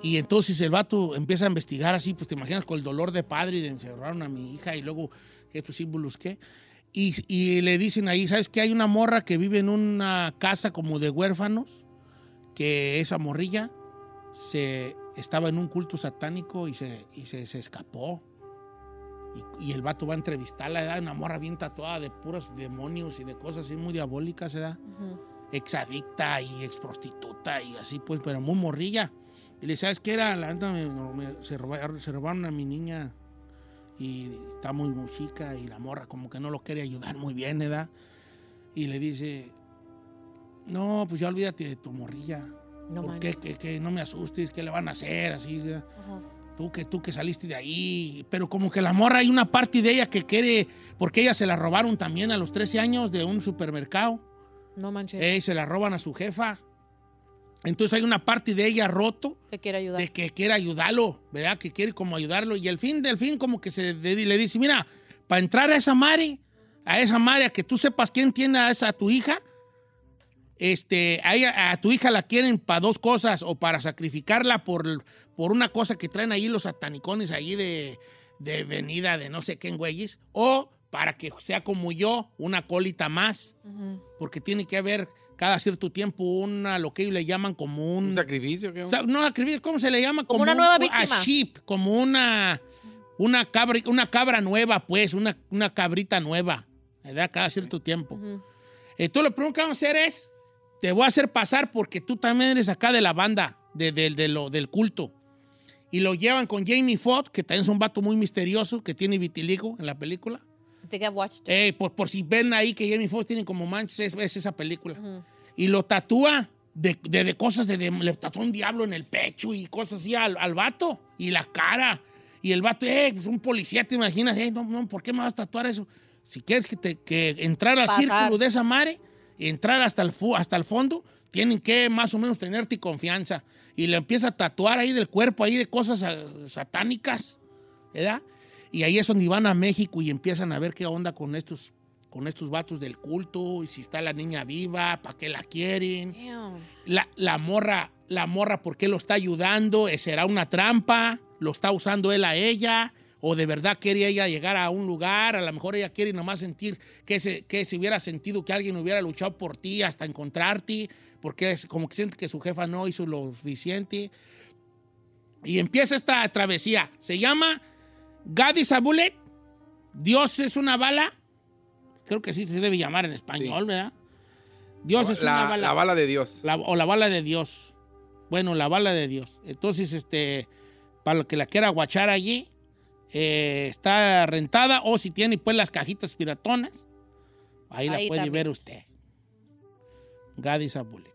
S3: Y entonces el vato empieza a investigar así, pues te imaginas con el dolor de padre y de encerraron a mi hija y luego estos símbolos qué. Y, y le dicen ahí, ¿sabes qué? Hay una morra que vive en una casa como de huérfanos, que esa morrilla se estaba en un culto satánico y se, y se, se escapó. Y, y el vato va a entrevistarla, ¿verdad? Una morra bien tatuada de puros demonios y de cosas así muy diabólicas, ¿verdad? exadicta y exprostituta y así, pues, pero muy morrilla. Y le dice, ¿sabes qué era? La neta, me- me- se, robaron, se robaron a mi niña y está muy, muy chica y la morra como que no lo quiere ayudar muy bien, ¿verdad? Y le dice, no, pues ya olvídate de tu morrilla.
S6: No
S3: porque que, que no me asustes, ¿qué le van a hacer? Así, ¿verdad? tú que, tú que saliste de ahí. Pero como que la morra hay una parte de ella que quiere, porque ella se la robaron también a los 13 años de un supermercado.
S6: No manches.
S3: Eh, se la roban a su jefa. Entonces hay una parte de ella roto,
S6: Que quiere ayudar.
S3: de que quiere ayudarlo, ¿verdad? Que quiere como ayudarlo. Y el fin del fin como que se de- le dice, mira, para entrar a esa madre, a esa madre, a que tú sepas quién tiene a, esa, a tu hija, este, a, ella- a tu hija la quieren para dos cosas, o para sacrificarla por, por una cosa que traen ahí los satanicones ahí de, de venida de no sé qué güeyes, o para que sea como yo, una colita más porque tiene que haber cada cierto tiempo una, lo que ellos le llaman como un...
S7: sacrificio? ¿qué?
S3: O sea, no sacrificio, ¿cómo se le llama?
S6: Como una nueva víctima.
S3: A sheep, como una, una, cabra, una cabra nueva, pues, una, una cabrita nueva, ¿verdad? Cada cierto tiempo. Entonces lo primero que vamos a hacer es, te voy a hacer pasar porque tú también eres acá de la banda, de- de- de lo, del culto. Y lo llevan con Jamie Foxx, que también es un vato muy misterioso, que tiene vitiligo en la película.
S6: Think I've watched it.
S3: Ey, por, por si ven ahí que Jamie Foxx tiene como manchas, es, es esa película. Y lo tatúa de, de- de cosas, de, de- le tatúa un diablo en el pecho y cosas así al, al vato. Y la cara. Y el vato, eh, pues un policía, te imaginas, eh, no, no, ¿por qué me vas a tatuar eso? Si quieres que, te, que entrar al
S6: Pasar.
S3: círculo de esa madre, entrar hasta el, fu- hasta el fondo, tienen que más o menos tenerte confianza. Y le empieza a tatuar ahí del cuerpo, ahí de cosas ah, satánicas, ¿verdad? Y ahí es donde van a México y empiezan a ver qué onda con estos, con estos vatos del culto, y si está la niña viva, para qué la quieren. La, la morra, la morra, ¿por qué lo está ayudando? ¿Eh, ¿Será una trampa? ¿Lo está usando él a ella? ¿O de verdad quería ella llegar a un lugar? A lo mejor ella quiere nomás sentir que se, que se hubiera sentido que alguien hubiera luchado por ti hasta encontrarte, porque es como que siente que su jefa no hizo lo suficiente. Y empieza esta travesía. Se llama God is a bullet. Dios es una bala. Creo que sí se debe llamar en español, ¿verdad? Dios es
S7: La-
S3: una bala.
S7: la bala de Dios.
S3: La- o la bala de Dios. Bueno, la bala de Dios. Entonces, este, para el que la quiera guachar allí, eh, está rentada. O si tiene, pues, las cajitas piratonas, ahí, la
S6: Ahí
S3: puede
S6: también.
S3: ver usted. God is a bullet.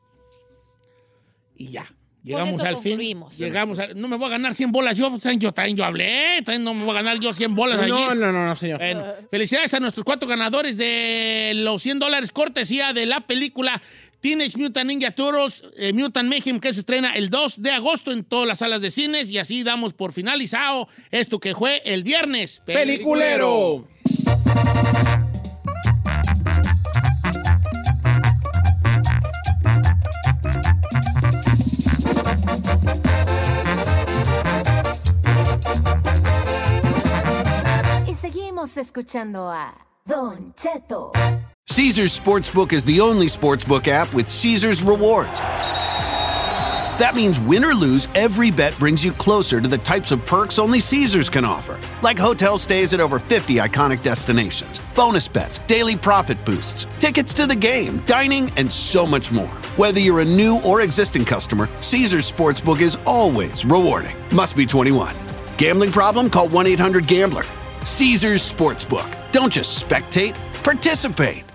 S3: Y ya. Llegamos
S6: eso
S3: al fin.
S6: concluimos.
S3: Llegamos al- No me voy a ganar 100 bolas yo. también Yo también yo hablé. también no me voy a ganar yo 100 bolas allí.
S5: No, no, no, no, señor.
S3: Bueno, felicidades a nuestros cuatro ganadores de los 100 dólares cortesía de la película Teenage Mutant Ninja Turtles, eh, Mutant Mayhem, que se estrena el 2 de agosto en todas las salas de cines. Y así damos por finalizado esto que fue el viernes.
S5: Peliculero.
S14: Y seguimos escuchando a Don Cheto.
S1: Caesars Sportsbook is the only sportsbook app with Caesars rewards. That means win or lose, every bet brings you closer to the types of perks only Caesars can offer, like hotel stays at over 50 iconic destinations, bonus bets, daily profit boosts, tickets to the game, dining, and so much more. Whether you're a new or existing customer, Caesars Sportsbook is always rewarding. Must be 21. Gambling problem? Call 1 800 Gambler. Caesars Sportsbook. Don't just spectate, participate.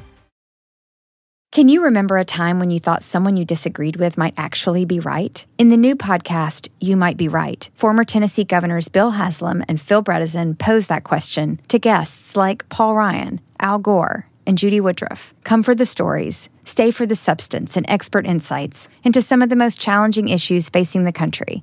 S15: Can you remember a time when you thought someone you disagreed with might actually be right? In the new podcast, You Might Be Right, former Tennessee Governors Bill Haslam and Phil Bredesen pose that question to guests like Paul Ryan, Al Gore, and Judy Woodruff. Come for the stories, stay for the substance and expert insights into some of the most challenging issues facing the country,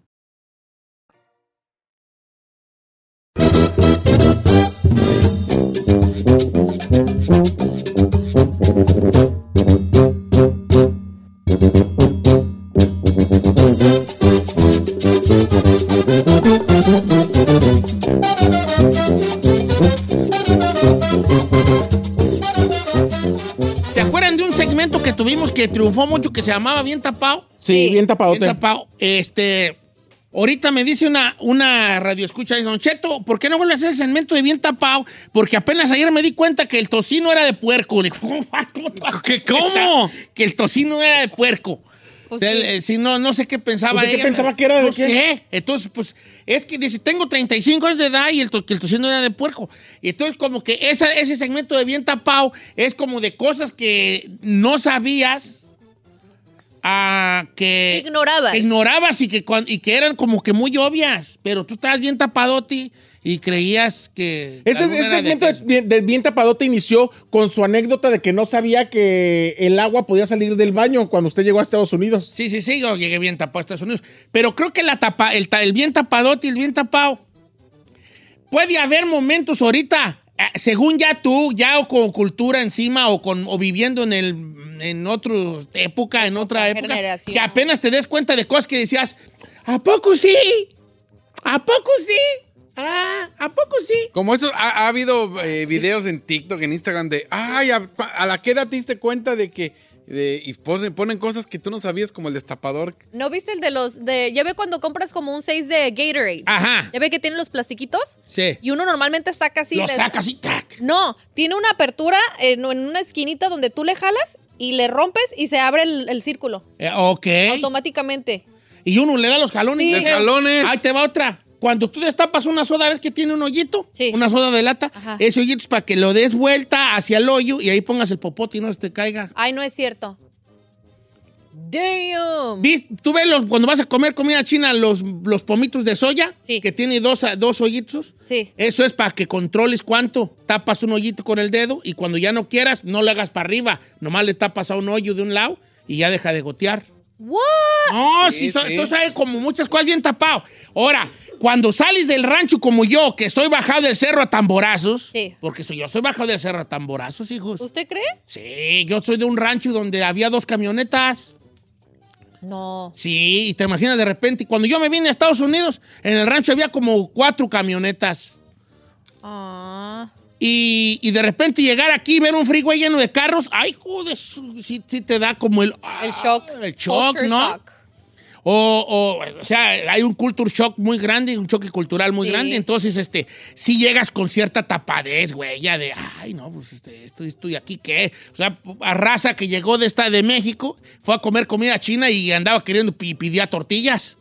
S3: ¿Se acuerdan de un segmento que tuvimos que triunfó mucho que se llamaba Bien Tapado?
S5: Sí, bien tapadote.
S3: Bien tapado. Este, ahorita me dice una, una radio escucha, Don Cheto, ¿por qué no vuelve a hacer el segmento de Bien Tapado? Porque apenas ayer me di cuenta que el tocino era de puerco. Digo, ¿cómo? ¿Qué, ¿Cómo? Que el tocino era de puerco.
S5: Pues
S3: Del-
S5: sí.
S3: eh, sí, no, no sé qué pensaba
S5: Pues, ¿de qué
S3: ella.
S5: pensaba que era? ¿De
S3: No
S5: qué?
S3: sé. Entonces, pues, es que dice, tengo 35 años de edad y el, to- que el tocino era de puerco. Y entonces, como que esa- ese segmento de bien tapado es como de cosas que no sabías, ah, que...
S6: Ignorabas.
S3: que ignorabas y que, cuan- y que eran como que muy obvias, pero tú estabas bien tapadoti y creías que...
S5: Ese,
S3: alguna
S5: ese
S3: era de-
S5: segmento de, de Bien Tapadote inició con su anécdota de que no sabía que el agua podía salir del baño cuando usted llegó a Estados Unidos.
S3: Sí, sí, sí, yo llegué bien tapado a Estados Unidos. Pero creo que la tapa, el, ta- el bien tapadote y el bien tapado. Puede haber momentos ahorita, eh, según ya tú, ya o con cultura encima o, con, o viviendo en, el, en otra época, en otra época,
S6: generación.
S3: que apenas te des cuenta de cosas que decías, ¿a poco sí? ¿A poco sí? Ah, ¿A poco sí?
S7: Como eso, ha, ha habido eh, videos en TikTok, en Instagram de, ay, a, a la qué edad te diste cuenta de que, de- y ponen, ponen cosas que tú no sabías, como el destapador.
S6: pues. ¿No viste el de los de ya ve cuando compras como un 6 de Gatorade?
S7: Ajá.
S6: Ya ve que tienen los plastiquitos
S3: Sí.
S6: y uno normalmente saca así
S3: Lo
S6: les-
S3: sacas y ¡tac!
S6: No, tiene una apertura en, en una esquinita donde tú le jalas y le rompes y se abre el, el círculo
S3: Eh, ok.
S6: automáticamente.
S3: Y uno le da los jalones.
S6: Sí. Los jalones.
S3: Ahí te va otra. Cuando tú destapas una soda, ¿ves que tiene un hoyito? Una soda de lata. Ese hoyito es para que lo des vuelta hacia el hoyo y ahí pongas el popote y no se te caiga.
S6: Ay, no es cierto. Damn.
S3: ¿Vis- ¿Tú ves los, cuando vas a comer comida china los, los pomitos de soya? Que tiene dos, dos hoyitos.
S6: Sí.
S3: Eso es para que controles cuánto. Tapas un hoyito con el dedo y cuando ya no quieras, no le hagas para arriba. Nomás le tapas a un hoyo de un lado y ya deja de gotear.
S6: What?
S3: No,
S6: Sí,
S3: sí, so-
S6: sí.
S3: entonces hay como muchas cosas bien tapado. Ahora, cuando sales del rancho como yo, que estoy bajado del cerro a tamborazos,
S6: Sí.
S3: porque soy, yo soy bajado del cerro a tamborazos, hijos.
S6: ¿Usted cree?
S3: Pues, Sí, yo soy de un rancho donde había dos camionetas.
S6: No.
S3: Sí, y te imaginas de repente, cuando yo me vine a Estados Unidos, en el rancho había como cuatro camionetas.
S6: Ah.
S3: Y, y de repente llegar aquí y ver un freeway lleno de carros, ay, joder, su- sí, sí te da como el... ah,
S6: El shock.
S3: El shock,
S6: Culture
S3: ¿no?
S6: shock.
S3: O, o, o sea, hay un culture shock muy grande, un choque cultural muy
S6: Sí.
S3: grande. Entonces, este, si llegas con cierta tapadez, güey, ya de, ay, no, pues este, estoy, estoy aquí, ¿qué? O sea, a raza que llegó de esta de México, fue a comer comida china y andaba queriendo, y pedía tortillas.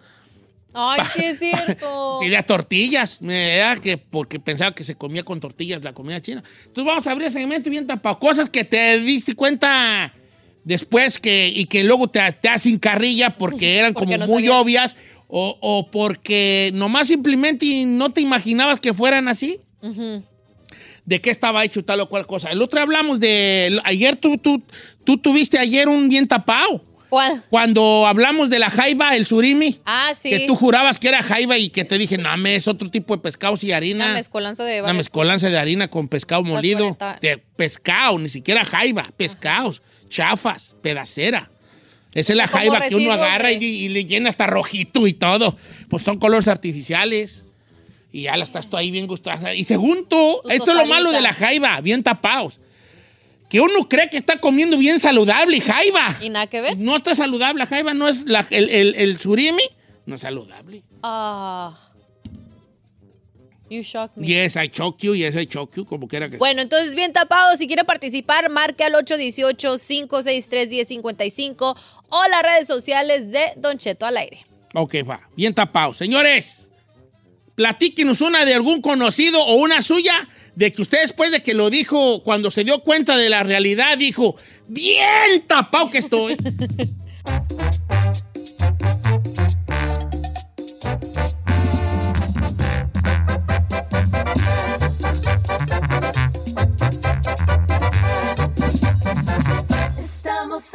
S6: Ay, sí es cierto.
S3: Pedía tortillas, me- era que porque pensaba que se comía con tortillas la comida china. Entonces vamos a abrir el segmento y bien tapado. Cosas que te diste cuenta después que, y que luego te, te hacen carrilla porque eran
S6: Porque
S3: como
S6: no
S3: muy
S6: sabías.
S3: obvias o, o porque nomás simplemente no te imaginabas que fueran así.
S6: Ujú.
S3: ¿De qué estaba hecho tal o cual cosa? El otro hablamos de... Ayer tú, tú, tú tuviste ayer un bien tapado.
S6: ¿Cuál?
S3: Cuando hablamos de la jaiba, el surimi.
S6: Ah, sí.
S3: Que tú jurabas que era jaiba y que te dije, no, me es otro tipo de pescados y
S6: Una
S3: harina.
S6: mezcolanza de
S3: Una
S6: varias-
S3: mezcolanza de harina con pescado molido.
S6: Casualita.
S3: De pescado, ni siquiera jaiba. Pescados, chafas, pedacera. Esa es la
S6: Como
S3: jaiba que uno
S6: residuos
S3: agarra
S6: de-
S3: y, y le llena hasta rojito y todo. Pues son colores artificiales. Y ya la estás tú ahí bien gustosa. Y según tú,
S6: Tu
S3: esto es lo malo
S6: tostadita.
S3: de la jaiba, bien tapados. Que uno cree que está comiendo bien saludable, jaiba.
S6: Y nada que ver.
S3: No está saludable, la jaiba no es la- el, el- el surimi, no es saludable.
S6: Ah. You shock me.
S3: Yes, I choke you, yes, I choke you, como quiera que sea.
S6: Bueno, entonces bien tapado, si quiere participar, marque al 818-563-1055 o las redes sociales de Don Cheto al aire.
S3: Ok, va. Bien tapado. Señores, platíquenos una de algún conocido o una suya de que usted después de que lo dijo, cuando se dio cuenta de la realidad, dijo, bien tapado que estoy.
S14: Estamos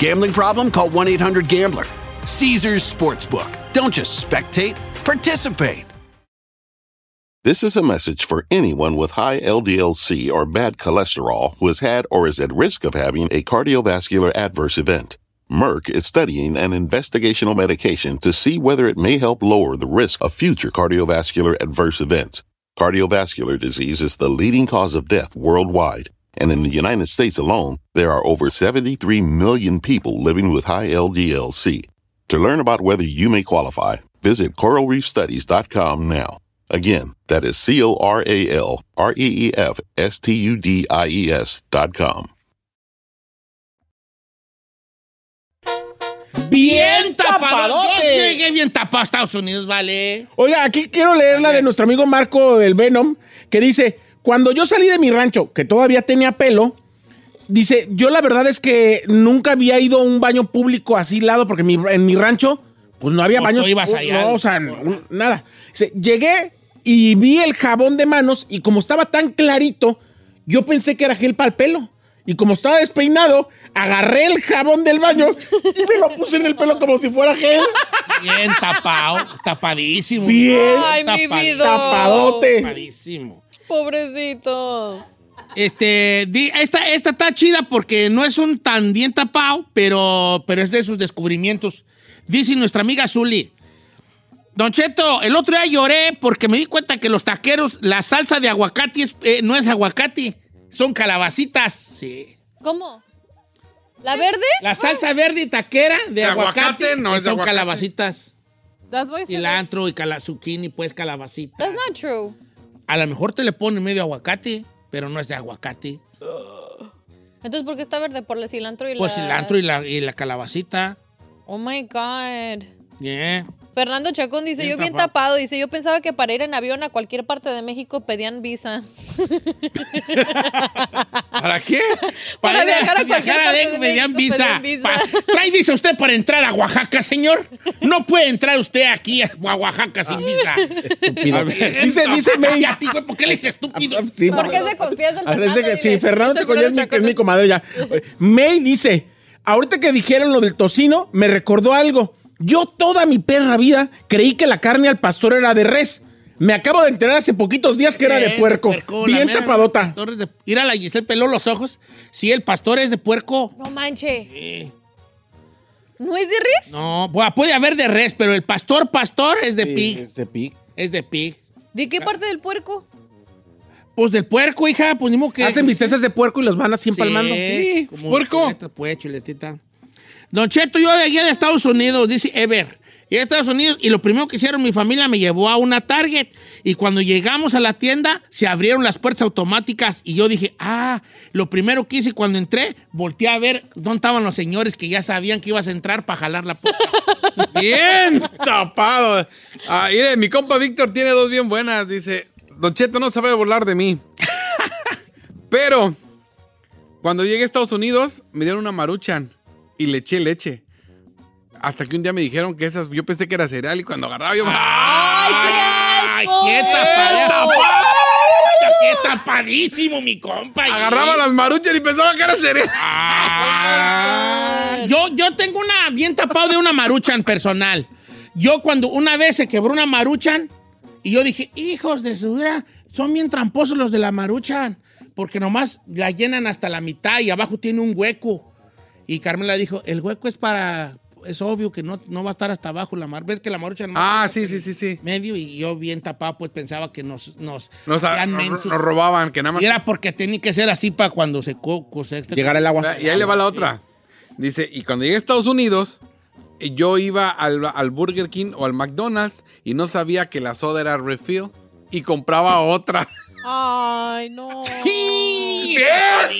S1: Gambling problem? Call 1 800 Gambler. Caesars Sportsbook. Don't just spectate, participate.
S16: This is a message for anyone with high LDLC or bad cholesterol who has had or is at risk of having a cardiovascular adverse event. Merck is studying an investigational medication to see whether it may help lower the risk of future cardiovascular adverse events. Cardiovascular disease is the leading cause of death worldwide, and in the United States alone, there are over 73 million people living with high LDLC. To learn about whether you may qualify, visit coralreefstudies.com now. Again, that is C O R A L R E E F S T U D I E S dot com.
S3: Bien tapado.
S5: tapadote.
S3: Yo llegué bien tapado a Estados Unidos, vale.
S5: Oiga, aquí quiero leer la de nuestro amigo Marco del Venom, que dice, cuando yo salí de mi rancho, que todavía tenía pelo, dice, yo la verdad es que nunca había ido a un baño público así lado, porque mi- en mi rancho, pues no había
S3: Pues
S5: baños.
S3: tú ibas allá.
S5: No, o sea, no, nada. Dice, llegué y vi el jabón de manos y como estaba tan clarito, yo pensé que era gel para el pelo. Y como estaba despeinado, agarré el jabón del baño y me lo puse en el pelo como si fuera gel.
S3: Bien tapado, tapadísimo.
S5: Bien
S6: Ay, mi
S3: tapado,
S6: vida.
S5: Tapadote.
S3: Tapadísimo.
S6: Pobrecito.
S3: Este, di- esta, esta está chida porque no es un tan bien tapado, pero, pero es de sus descubrimientos. Dice nuestra amiga Zuli. Don Cheto, el otro día lloré porque me di cuenta que los taqueros, la salsa de aguacate es- eh, no es aguacate, son calabacitas. Sí.
S6: ¿Cómo? ¿La verde?
S3: La salsa verde y taquera de, aguacate, no
S7: es de
S3: son
S7: aguacate.
S3: calabacitas.
S4: That's what I said.
S3: Cilantro y cala- zucchini, pues calabacita.
S6: That's not true.
S3: A lo mejor te le ponen medio aguacate, pero no es de aguacate.
S6: Entonces, ¿por qué está verde? Por el cilantro y la...
S3: Pues cilantro y la, y la calabacita.
S6: Oh, my God.
S3: Yeah.
S6: Fernando Chacón dice,
S3: Bien
S6: yo bien
S3: tapado.
S6: tapado. Dice, yo pensaba que para ir en avión a cualquier parte de México pedían visa.
S3: ¿Para qué?
S6: Para viajar a cualquier parte de
S3: me dan
S6: México,
S3: visa.
S6: me dan visa.
S3: Pa- ¿Trae visa usted para entrar a Oaxaca, señor? No puede entrar usted aquí a Oaxaca sin visa.
S5: Estúpido.
S3: A ver,
S5: Dice- dice May-
S3: Y a ti, güey, ¿Por qué le dices estúpido?
S5: Sí, ¿Por qué
S6: se confía del
S5: Ah, es de que- sí, Fernando
S3: Dice
S5: Chacón ya es mi, es mi comadre ya. May dice, ahorita que dijeron lo del tocino, me recordó algo. Yo toda mi perra vida creí que la carne al pastor era de res. Me acabo de enterar hace poquitos días que era de
S3: Eh,
S5: puerco.
S3: puerco, la
S5: Bien
S3: mera-
S5: tapadota.
S3: pastor es de- Ir a la Giselle peló los ojos. Si el pastor es de puerco.
S6: No manche.
S3: Sí.
S6: ¿No es de res?
S3: No, bueno, puede haber de res, pero el pastor, pastor es de pig.
S5: Es de pig.
S3: Es de pig.
S6: ¿De
S3: Ah.
S6: qué parte del puerco?
S3: Pues del puerco, hija, pues ni modo que.
S5: Hacen bisteces de puerco y los van así
S3: Sí,
S5: empalmando. Sí,
S3: como chuleta, Pues, chuletita. Don Cheto, yo llegué de Estados Unidos, dice Ever. Llegué a Estados Unidos y lo primero que hicieron mi familia me llevó a una Target. Y cuando llegamos a la tienda, se abrieron las puertas automáticas. Y yo dije, ah, lo primero que hice cuando entré, volteé a ver dónde estaban los señores que ya sabían que ibas a entrar para jalar la puerta.
S7: Bien tapado. Ah, mire, mi compa Víctor tiene dos bien buenas. Dice, Don Cheto no sabe burlar de mí. Pero, cuando llegué a Estados Unidos, me dieron una maruchan y le eché leche. Hasta que un día me dijeron que esas, yo pensé que era cereal y cuando agarraba yo...
S3: ¡Ay, qué tapado! ¡Qué tapadísimo, mi compa!
S7: Agarraba las maruchas y pensaba que era cereal.
S3: Yo, yo tengo una bien tapado de una maruchan personal. Yo cuando una vez se quebró una maruchan y yo dije, hijos de su vida, son bien tramposos los de la maruchan. Porque nomás la llenan hasta la mitad y abajo tiene un hueco. Y Carmela dijo, el hueco es para es obvio que no, no va a estar hasta abajo la mar. ¿Ves que la marucha
S7: Ah, sí, sí, sí, sí.
S3: Medio y yo bien tapado, pues pensaba que nos. Nos,
S7: Nos, a-
S3: hacían
S7: nos,
S3: mensos.
S7: nos robaban, que nada más.
S3: Y era porque tenía que ser así para cuando se este co- cosecha.
S7: Llegará Y ahí le va la otra. Dice, y cuando llegué a Estados Unidos, eh, yo iba al, al Burger King o al McDonald's y no sabía que la soda era refill y compraba otra.
S4: Ay, no.
S7: ¡Bien,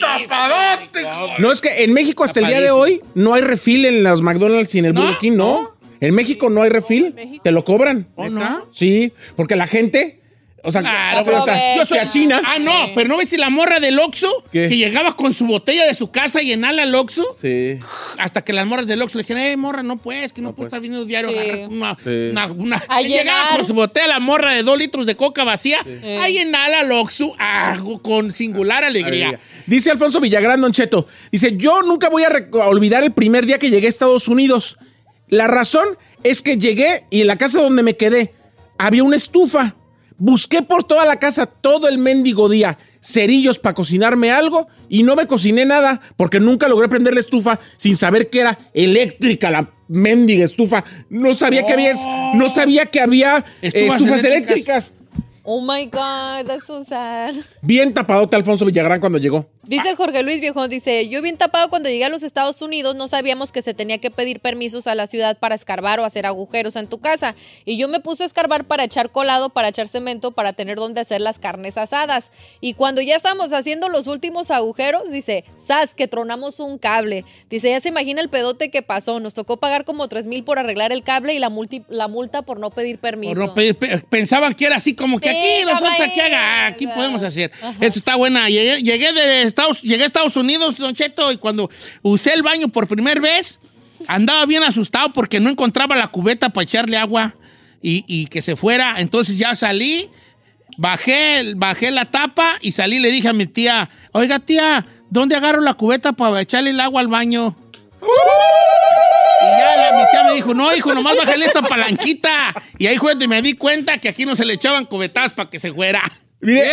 S7: tapadote!
S5: No, es que en México hasta el día de hoy no hay refil en los McDonald's y en el Burger King, no. En México no hay refil, te lo cobran.
S3: no?
S5: Sí, porque la gente, o sea,
S3: Claro,
S5: o sea,
S3: yo soy
S5: se achina.
S3: Ah, no, pero ¿no ves la morra del Oxxo?
S5: ¿Qué?
S3: Que llegaba con su botella de su casa y llenarla al Oxxo.
S5: Sí.
S3: Hasta que las morras del Oxxo le dijeron, eh, morra, no puedes, que no, puedes estar viniendo diario. a
S6: Sí.
S3: agarrar Una,
S5: Sí.
S3: una- una-
S6: A
S3: Llegaba
S6: llenar.
S3: con su botella, la morra de dos litros de coca vacía, a llenarla al Oxxo ah, con singular alegría.
S5: Dice Alfonso Villagrán, Don Cheto. Dice, yo nunca voy a rec- a olvidar el primer día que llegué a Estados Unidos. La razón es que llegué y en la casa donde me quedé había una estufa. Busqué por toda la casa todo el mendigo día cerillos para cocinarme algo y no me cociné nada porque nunca logré prender la estufa sin saber que era eléctrica la mendiga estufa. No sabía que había, no sabía que había eh,
S6: Estufas
S5: estufas
S6: eléctricas.
S5: eléctricas.
S6: Oh my God, that's so sad.
S5: Bien tapadote Alfonso Villagrán cuando llegó.
S6: Dice Jorge Luis Viejón, dice, yo bien tapado cuando llegué a los Estados Unidos, no sabíamos que se tenía que pedir permisos a la ciudad para escarbar o hacer agujeros en tu casa. Y yo me puse a escarbar para echar colado, para echar cemento, para tener donde hacer las carnes asadas. Y cuando ya estamos haciendo los últimos agujeros, dice, sas, que tronamos un cable. Dice, ya se imagina el pedote que pasó, nos tocó pagar como tres mil por arreglar el cable y la, multi- la multa por no pedir permiso.
S3: O no pe- pe- pensaban que era así como que
S6: Sí,
S3: aquí nosotros
S6: caballero.
S3: aquí, haga, aquí podemos hacer. Esto está buena. Llegué, llegué de Estados, llegué a Estados Unidos, Don Cheto, y cuando usé el baño por primera vez, andaba bien asustado porque no encontraba la cubeta para echarle agua y, y que se fuera. Entonces ya salí, bajé, el- bajé la tapa y salí y le dije a mi tía, oiga tía, ¿dónde agarro la cubeta para echarle el agua al baño? Y ya la, mi tía me dijo, no, hijo, nomás bájale esta palanquita. Y ahí fue donde me di cuenta que aquí no se le echaban cubetadas para que se fuera.
S5: Mire,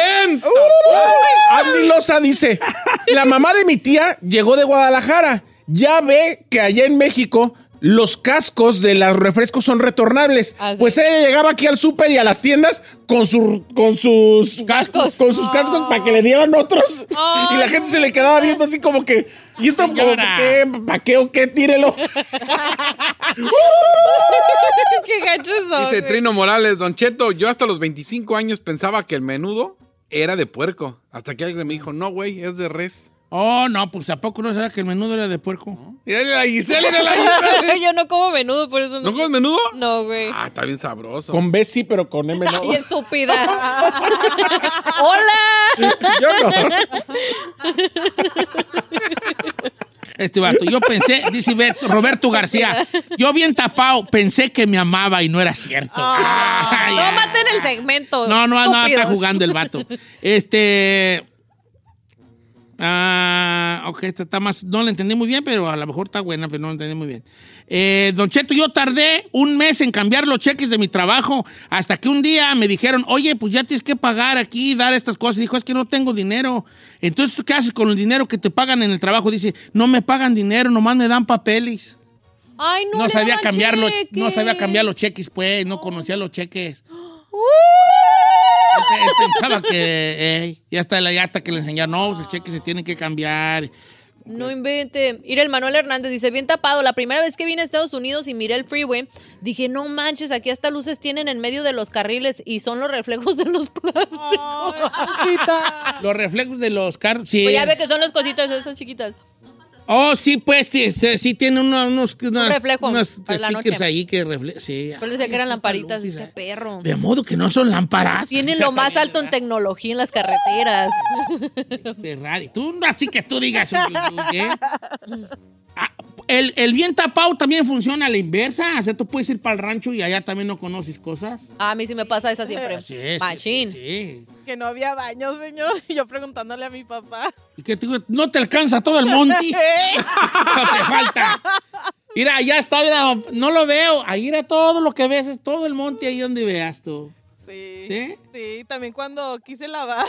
S5: Andy Loza dice, la mamá de mi tía llegó de Guadalajara. Ya ve que allá en México los cascos de los refrescos son retornables. Pues ella llegaba aquí al súper y a las tiendas con, su- con sus cascos, con sus cascos para que le dieran otros. y la gente se le quedaba viendo así como que, ¿y esto como
S3: Señora.
S5: qué? ¿Para qué o qué? Tírelo.
S6: Qué gachos son,
S7: Dice
S6: güey.
S7: Trino Morales, Don Cheto, yo hasta los 25 años pensaba que el menudo era de puerco. Hasta que alguien me dijo, no, güey, es de res.
S3: Oh, no, pues ¿a poco no sabía que el menudo era de puerco?
S7: Mira la Gisela, mira la Gisela.
S6: Yo no como menudo, por eso no.
S7: ¿No comes menudo?
S6: No, güey.
S7: Ah, está bien sabroso.
S5: Con B sí, pero con M no.
S6: Y estúpida. ¡Hola!
S5: Yo no.
S3: Este vato, yo pensé, dice Bet- Roberto García, yo bien tapado, pensé que me amaba y no era cierto. Ay,
S6: no
S3: ay.
S6: maten el segmento.
S3: No, no, no, está
S6: Oh, estúpidos.
S3: jugando el vato. Este. Ah, ok, esta está más. No la entendí muy bien, pero a lo mejor está buena, pero no la entendí muy bien. Eh, don Cheto, yo tardé un mes en cambiar los cheques de mi trabajo hasta que un día me dijeron, oye, pues ya tienes que pagar aquí, dar estas cosas. Dijo, es que no tengo dinero. Entonces, ¿qué haces con el dinero que te pagan en el trabajo? Dice, no me pagan dinero, nomás me dan papeles.
S6: Ay, no.
S3: No,
S6: le
S3: sabía
S6: daban
S3: cambiar los, no sabía
S6: cheques.
S3: cambiar los cheques, pues, no conocía los cheques. Él- él pensaba que eh, ya hasta la- ya hasta que le enseñaron, no, los cheques se tienen que cambiar.
S6: No invente. Mira, el Manuel Hernández dice, bien tapado. La primera vez que vine a Estados Unidos y miré el freeway, dije, no manches, aquí hasta luces tienen en medio de los carriles y son los reflejos de los plásticos.
S3: Los reflejos de los carros, sí.
S6: Pues ya ve que son las cositas esas chiquitas.
S3: Oh, sí, pues, sí, sí, sí tiene unos, unos, unas-
S6: reflejo
S3: unos
S6: para la
S3: stickers
S6: noche.
S3: ahí que reflejan, sí.
S6: Yo les decía que eran lamparitas, este perro.
S3: De modo que no son lámparas.
S6: Tienen lo más alto en tecnología en las carreteras.
S3: Ferrari. Tú, así que tú digas. ¿eh? Ah, El, el bien tapado también funciona a la inversa. O sea, tú puedes ir para el rancho y allá también no conoces cosas.
S6: A mí sí me pasa esa siempre.
S3: Así es.
S6: Machín.
S3: Sí.
S4: Que no había baño, señor. Y yo preguntándole a mi papá. Eh,
S3: Y que te digo, no te alcanza todo el monte. no te falta. Mira, allá está, mira, no lo veo. Ahí era todo lo que ves, es todo el monte ahí donde veas tú.
S4: Sí.
S3: ¿Sí?
S4: Sí, también cuando quise lavar.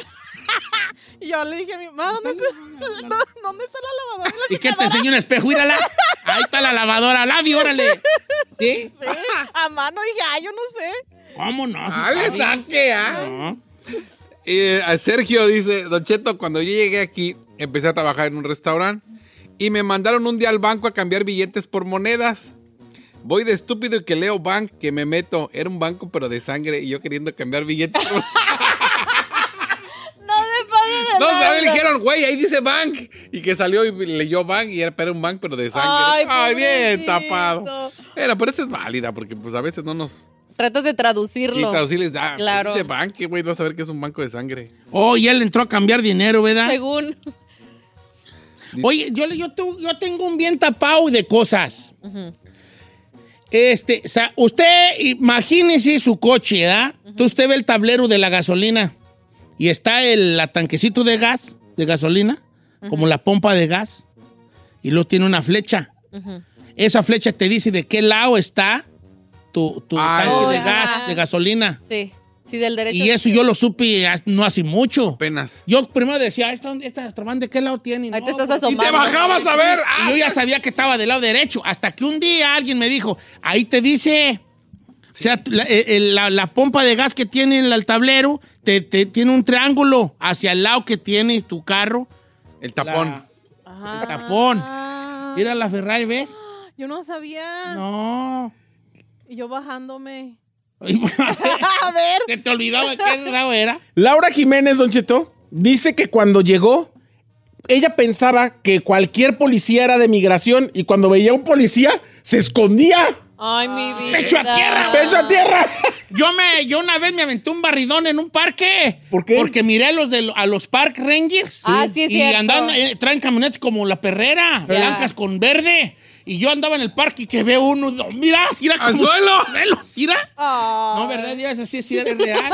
S4: y yo le dije a mi mamá, ¿dónde, está- ¿dónde está la lavadora?
S3: ¿Y qué te enseñó un espejo? Mírala. Ahí está la lavadora, Lavi, órale. ¿Sí?
S4: Sí, a mano dije, ay, yo no sé.
S3: ¿Cómo no?
S7: A ver, saque, ¿ah? Eh, a Sergio dice, Don Cheto, cuando yo llegué aquí, empecé a trabajar en un restaurante y me mandaron un día al banco a cambiar billetes por monedas. Voy de estúpido y que leo bank, que me meto. Era un banco, pero de sangre, y yo queriendo cambiar billetes. por-
S6: No me pases de
S7: no,
S6: lanza.
S7: ¿sabes? Le dijeron, güey, ahí dice bank. Y que salió y leyó bank, y era pero un bank, pero de sangre.
S6: Ay,
S7: bien
S6: pobrecito.
S7: tapado. Era, pero esa es válida, porque pues a veces no nos...
S6: Tratas de
S7: Y
S6: traducirlo.
S7: traducirles, ah, pues,
S6: Claro.
S7: dice bank, güey, vas a ver que es un banco de sangre.
S3: Oh, y él entró a cambiar dinero, ¿verdad?
S6: Según.
S3: Oye, yo, le- yo, tu- yo tengo un bien tapado de cosas. Este, sa- usted imagínese su coche, ¿verdad? Tú usted ve el tablero de la gasolina y está el la tanquecito de gas, de gasolina, como la pompa de gas, y luego tiene una flecha. Esa flecha te dice de qué lado está tu, tu tanque de
S6: ya.
S3: gas, de gasolina.
S6: Sí. Sí, del derecho.
S3: Y eso yo lo supe ha- no hace mucho.
S7: Apenas.
S3: Yo primero decía, "Esta- esta Estrabán, ¿de qué lado tiene?
S6: Ahí te
S3: No,
S6: estás
S3: pues,
S6: asomando.
S3: Y
S7: ah,
S3: yo ya sabía que estaba del lado derecho. Hasta que un día alguien me dijo, ahí te dice. O sea, la, eh, eh, la- la pompa de gas que tiene en el tablero te, te- tiene un triángulo hacia el lado que tiene tu carro.
S7: El tapón.
S3: el tapón. Mira la Ferrari, ¿ves?
S4: Ah, Yo no sabía.
S3: No.
S4: Y yo bajándome.
S3: a
S4: ver.
S3: Se te olvidaba de qué lado era.
S5: Laura Jiménez, Don Cheto, dice que cuando llegó, ella pensaba que cualquier policía era de migración y cuando veía a un policía, se escondía.
S6: Ay, mi vida.
S3: ¡Pecho a tierra!
S5: ¡Pecho a tierra!
S3: Yo, me, yo una vez me aventé un barridón en un parque. ¿Por qué? Porque miré a los, de, a los Park Rangers.
S6: Ah, sí es
S3: Y
S6: cierto.
S3: andan, eh, traen camionetas como la perrera,
S6: Ya.
S3: blancas con verde. Y yo andaba en el parque y que veo uno. no, mira, mira
S7: ¡Al
S3: como-
S7: suelo!
S3: suelo, mira.
S6: Ah.
S3: No, ¿verdad? Ya, eso sí, sí, es real.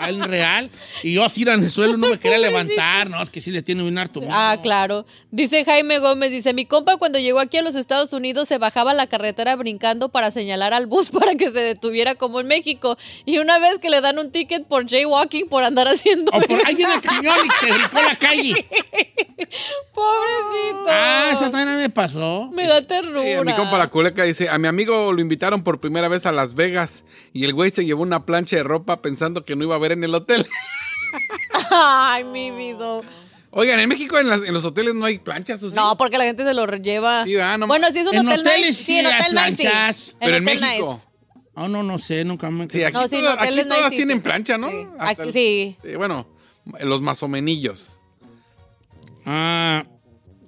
S3: Al real. Y yo así era en el suelo, no me quería levantar. No, es que sí le tiene un harto miedo.
S6: Ah, claro. Dice Jaime Gómez, dice, mi compa cuando llegó aquí a los Estados Unidos se bajaba a la carretera brincando para señalar al bus para que se detuviera como en México. Y una vez que le dan un ticket por jaywalking por andar haciendo...
S3: por- ahí viene el camión y se brincó la calle.
S6: Pobrecito.
S3: Ah, eso también me pasó.
S6: Me da ternura.
S7: Eh, mi compa la culeca dice, a mi amigo lo invitaron por primera vez a Las Vegas y el güey se llevó una plancha de ropa pensando que no iba a ver en el hotel.
S6: Ay, mi vida.
S7: Oigan, en México en, las- en los hoteles no hay planchas, ¿o Pues sí?
S6: No, porque la gente se lo lleva.
S7: ah, no
S6: bueno, si es un
S7: En
S6: hotel nice.
S7: hoteles
S6: Sí,
S7: sí
S6: en
S7: hay
S6: hotel nice. sí.
S7: planchas, pero en
S6: hotel
S7: México.
S6: nice.
S3: Ah, no, no sé, nunca me...
S7: Sí, aquí,
S6: No, sí, en
S7: todas- aquí
S6: hoteles no hay
S7: todas
S6: sitio.
S7: tienen plancha, ¿no? Hasta
S6: Aquí
S7: el-
S6: sí.
S7: Eh, bueno, los mazomenillos.
S3: Ah.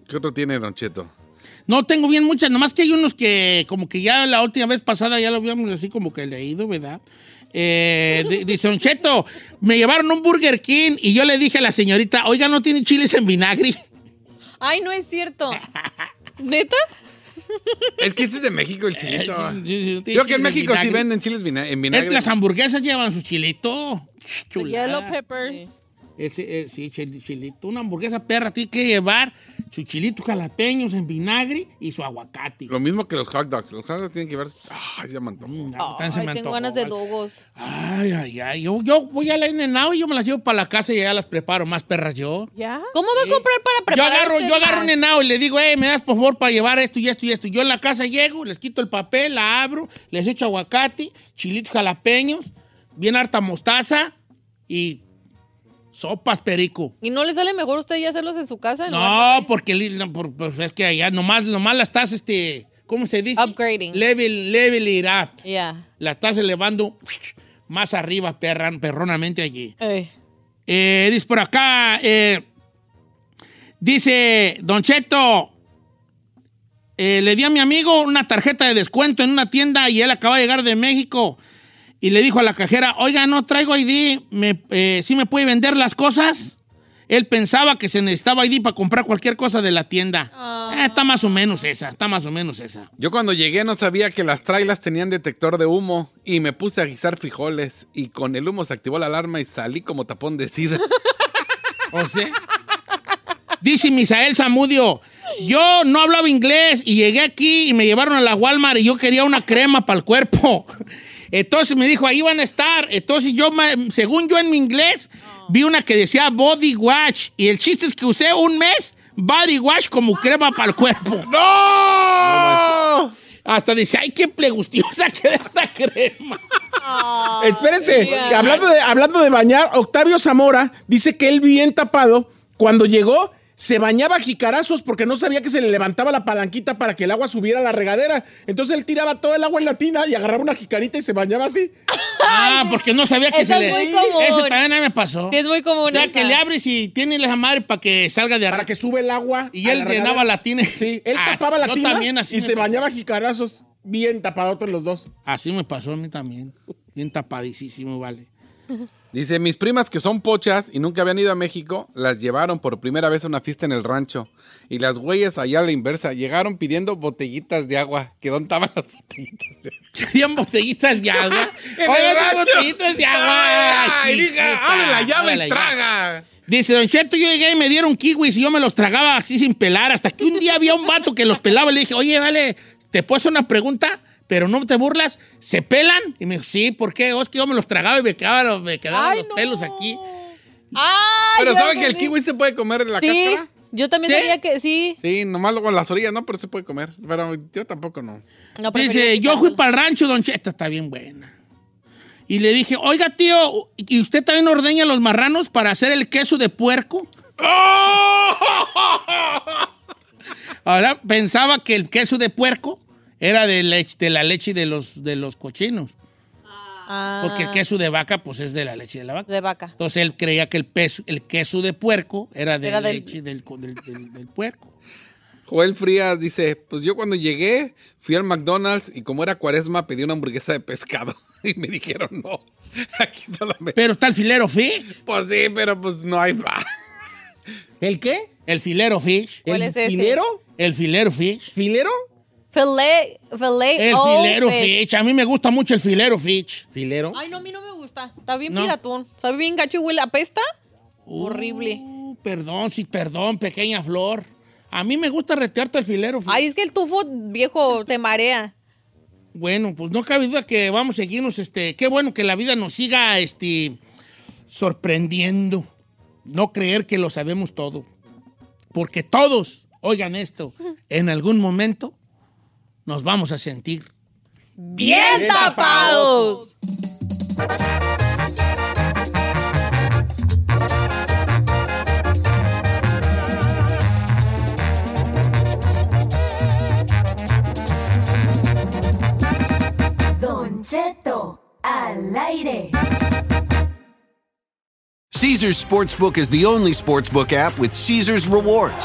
S7: ¿Qué otro tiene, Don Cheto?
S3: No tengo bien muchas, nomás que hay unos que como que ya la última vez pasada ya lo habíamos así como que leído, ¿verdad? Eh, di- dice Don Cheto, me llevaron un Burger King y yo le dije a la señorita, oiga, ¿no tiene chiles en vinagre?
S6: Ay, no es cierto. ¿Neta?
S7: Es que este es de México, el chilito.
S3: Eh, sí, sí,
S7: Creo que en
S3: chiles en
S7: México sí
S3: vinagre.
S7: venden chiles vina- en
S3: Eh,
S7: vinagre.
S3: Las hamburguesas llevan su chilito.
S6: Pues
S3: Chulada.
S4: Yellow peppers.
S3: Ese, eh, sí, chil- chilito. Una hamburguesa perra tiene que llevar su chilito jalapeños en vinagre y su aguacate.
S7: Lo mismo que los hot dogs. Los hot dogs tienen que llevar... ¡Ay, se me antojó.
S3: Mm, Tan se
S6: Ay,
S3: me
S6: tengo
S3: antojó,
S6: ganas de
S3: vale.
S6: dogos.
S3: Ay, ay, ay. Yo, yo voy a la in y yo me las llevo para la casa y ya las preparo más perras yo.
S4: ¿Ya?
S6: ¿Cómo va a comprar para
S3: Yo
S6: preparar?
S3: agarro,
S6: este
S3: yo agarro un
S6: snack?
S3: enao y le digo, hey, me das por favor para llevar esto y esto y esto. Yo en la casa llego, les quito el papel, la abro, les echo aguacate, chilitos jalapeños, bien harta mostaza y sopas perico.
S6: ¿Y no le sale mejor a usted ya hacerlos en su casa? en lugar
S3: No, porque li- no, por- pues, es que allá nomás, nomás la estás, este, ¿cómo se dice?
S6: Upgrading.
S3: Level, level it up.
S6: de- Ya.
S3: La estás elevando más arriba, perran, perronamente allí.
S6: Ey.
S3: Eh, dice por acá, eh, dice Don Cheto, eh, le di a mi amigo una tarjeta de descuento en una tienda y él acaba de llegar de México. Y le dijo a la cajera, oiga, no traigo ID, ¿Me, eh, ¿sí me puede vender las cosas? Él pensaba que se necesitaba ID para comprar cualquier cosa de la tienda. Eh, está más o menos esa, está más o menos esa.
S7: Yo cuando llegué no sabía que las trailas tenían detector de humo y me puse a guisar frijoles y con el humo se activó la alarma y salí como tapón de sida.
S3: ¿O sea? Dice Misael Zamudio, yo no hablaba inglés y llegué aquí y me llevaron a la Walmart y yo quería una crema para el cuerpo. Entonces me dijo, ahí van a estar. Entonces yo, ma- según yo en mi inglés, vi una que decía body wash y el chiste es que usé un mes body wash como crema para el cuerpo.
S7: ¡No!
S3: Hasta dice, ay, qué plegustiosa queda esta crema.
S6: Ah,
S5: Espérense,
S3: yeah.
S5: que hablando, de, hablando de bañar, Octavio Zamora dice que él bien tapado, cuando llegó, se bañaba a jicarazos porque no sabía que se le levantaba la palanquita para que el agua subiera a la regadera. Entonces él tiraba todo el agua en la tina y agarraba una jicarita y se bañaba así.
S3: Ah, porque no sabía que
S6: Eso
S3: se
S6: es
S3: le...
S6: muy común.
S3: Eso también a mí me pasó.
S6: Sí, es muy común.
S3: O sea,
S6: esa.
S3: que le abres y tiene la madre para que salga de arriba. Para
S5: que sube el agua.
S3: Y
S5: a
S3: él
S5: la
S3: llenaba
S5: regadera.
S3: la tina.
S5: Sí, él
S3: Ah,
S5: tapaba la
S3: yo
S5: tina
S3: también así
S5: y
S3: me
S5: se
S3: pasó.
S5: bañaba a jicarazos. Bien tapadotes los dos.
S3: Así me pasó a mí también. Bien tapadísimo, vale.
S7: Dice, mis primas que son pochas y nunca habían ido a México, las llevaron por primera vez a una fiesta en el rancho. Y las güeyes allá a la inversa llegaron pidiendo botellitas de agua. ¿Que dónde estaban las botellitas de agua?
S3: Querían botellitas de agua.
S7: en
S3: Oye,
S7: el
S3: esas
S7: rancho.
S3: botellitas de agua.
S7: Ay,
S3: Aquí,
S7: diga,
S3: neta,
S7: abre la llave
S3: ábrela
S7: y
S3: ya.
S7: traga.
S3: Dice, Don Cheto, yo llegué y me dieron kiwis y yo me los tragaba así sin pelar. Hasta que un día había un vato que los pelaba. Le dije, oye, dale, te puedo hacer una pregunta, pero no te burlas. ¿Se pelan? Y me dijo, sí, ¿por qué? Oh, es que yo me los tragaba y me quedaban, me quedaban los pelos aquí.
S6: Ay,
S7: Pero
S6: ya
S7: ¿saben que el
S6: entendí.
S7: kiwi se puede comer en la
S6: Sí,
S7: cáscara?
S6: yo también
S7: ¿Sí?
S6: sabía que sí.
S7: Sí, nomás con las orillas, ¿no? Pero se puede comer. Pero yo tampoco no.
S6: No, prefería
S3: Dice, yo fui para el rancho, Don Cheto. Esta está bien buena. Y le dije, oiga, tío, ¿y usted también ordeña los marranos para hacer el queso de puerco? Ahora pensaba que el queso de puerco era de, lech- de la leche de los, de los cochinos.
S6: Ah,
S3: Porque el queso de vaca, pues es de la leche de la vaca.
S6: de vaca.
S3: Entonces él creía que el, pes- el queso de puerco era de
S6: Era del-
S3: leche del, co- del- del- del puerco.
S7: Joel Frías dice, pues yo cuando llegué fui al McDonald's y como era cuaresma pedí una hamburguesa de pescado y me dijeron no, aquí no la me...
S3: Pero está el filero fish.
S7: Pues sí, pero pues no hay más.
S5: ¿El qué?
S3: El filero fish.
S6: ¿Cuál ¿El es ese? filero?
S3: El filero fish.
S5: ¿Filero?
S6: Filet, filet.
S3: El
S6: oh,
S3: filero
S6: fish.
S3: fish. A mí me gusta mucho el filero fish.
S5: ¿Filero?
S6: Ay, no, a mí no me gusta. Está bien
S3: No.
S6: piratón. Está bien gacho y huele a pesta. Horrible.
S3: Uh, Perdón, sí, perdón, pequeña flor. A mí me gusta retearte el filero fish.
S6: Ay, es que el tufo viejo te marea.
S3: Bueno, pues no cabe duda que vamos a seguirnos, este, qué bueno que la vida nos siga, este, sorprendiendo. No creer que lo sabemos todo. Porque todos, oigan esto, en algún momento nos vamos a sentir
S6: ¡Bien tapados!
S14: Don Cheto al aire.
S1: Caesars Sportsbook is the only sportsbook app with Caesars rewards.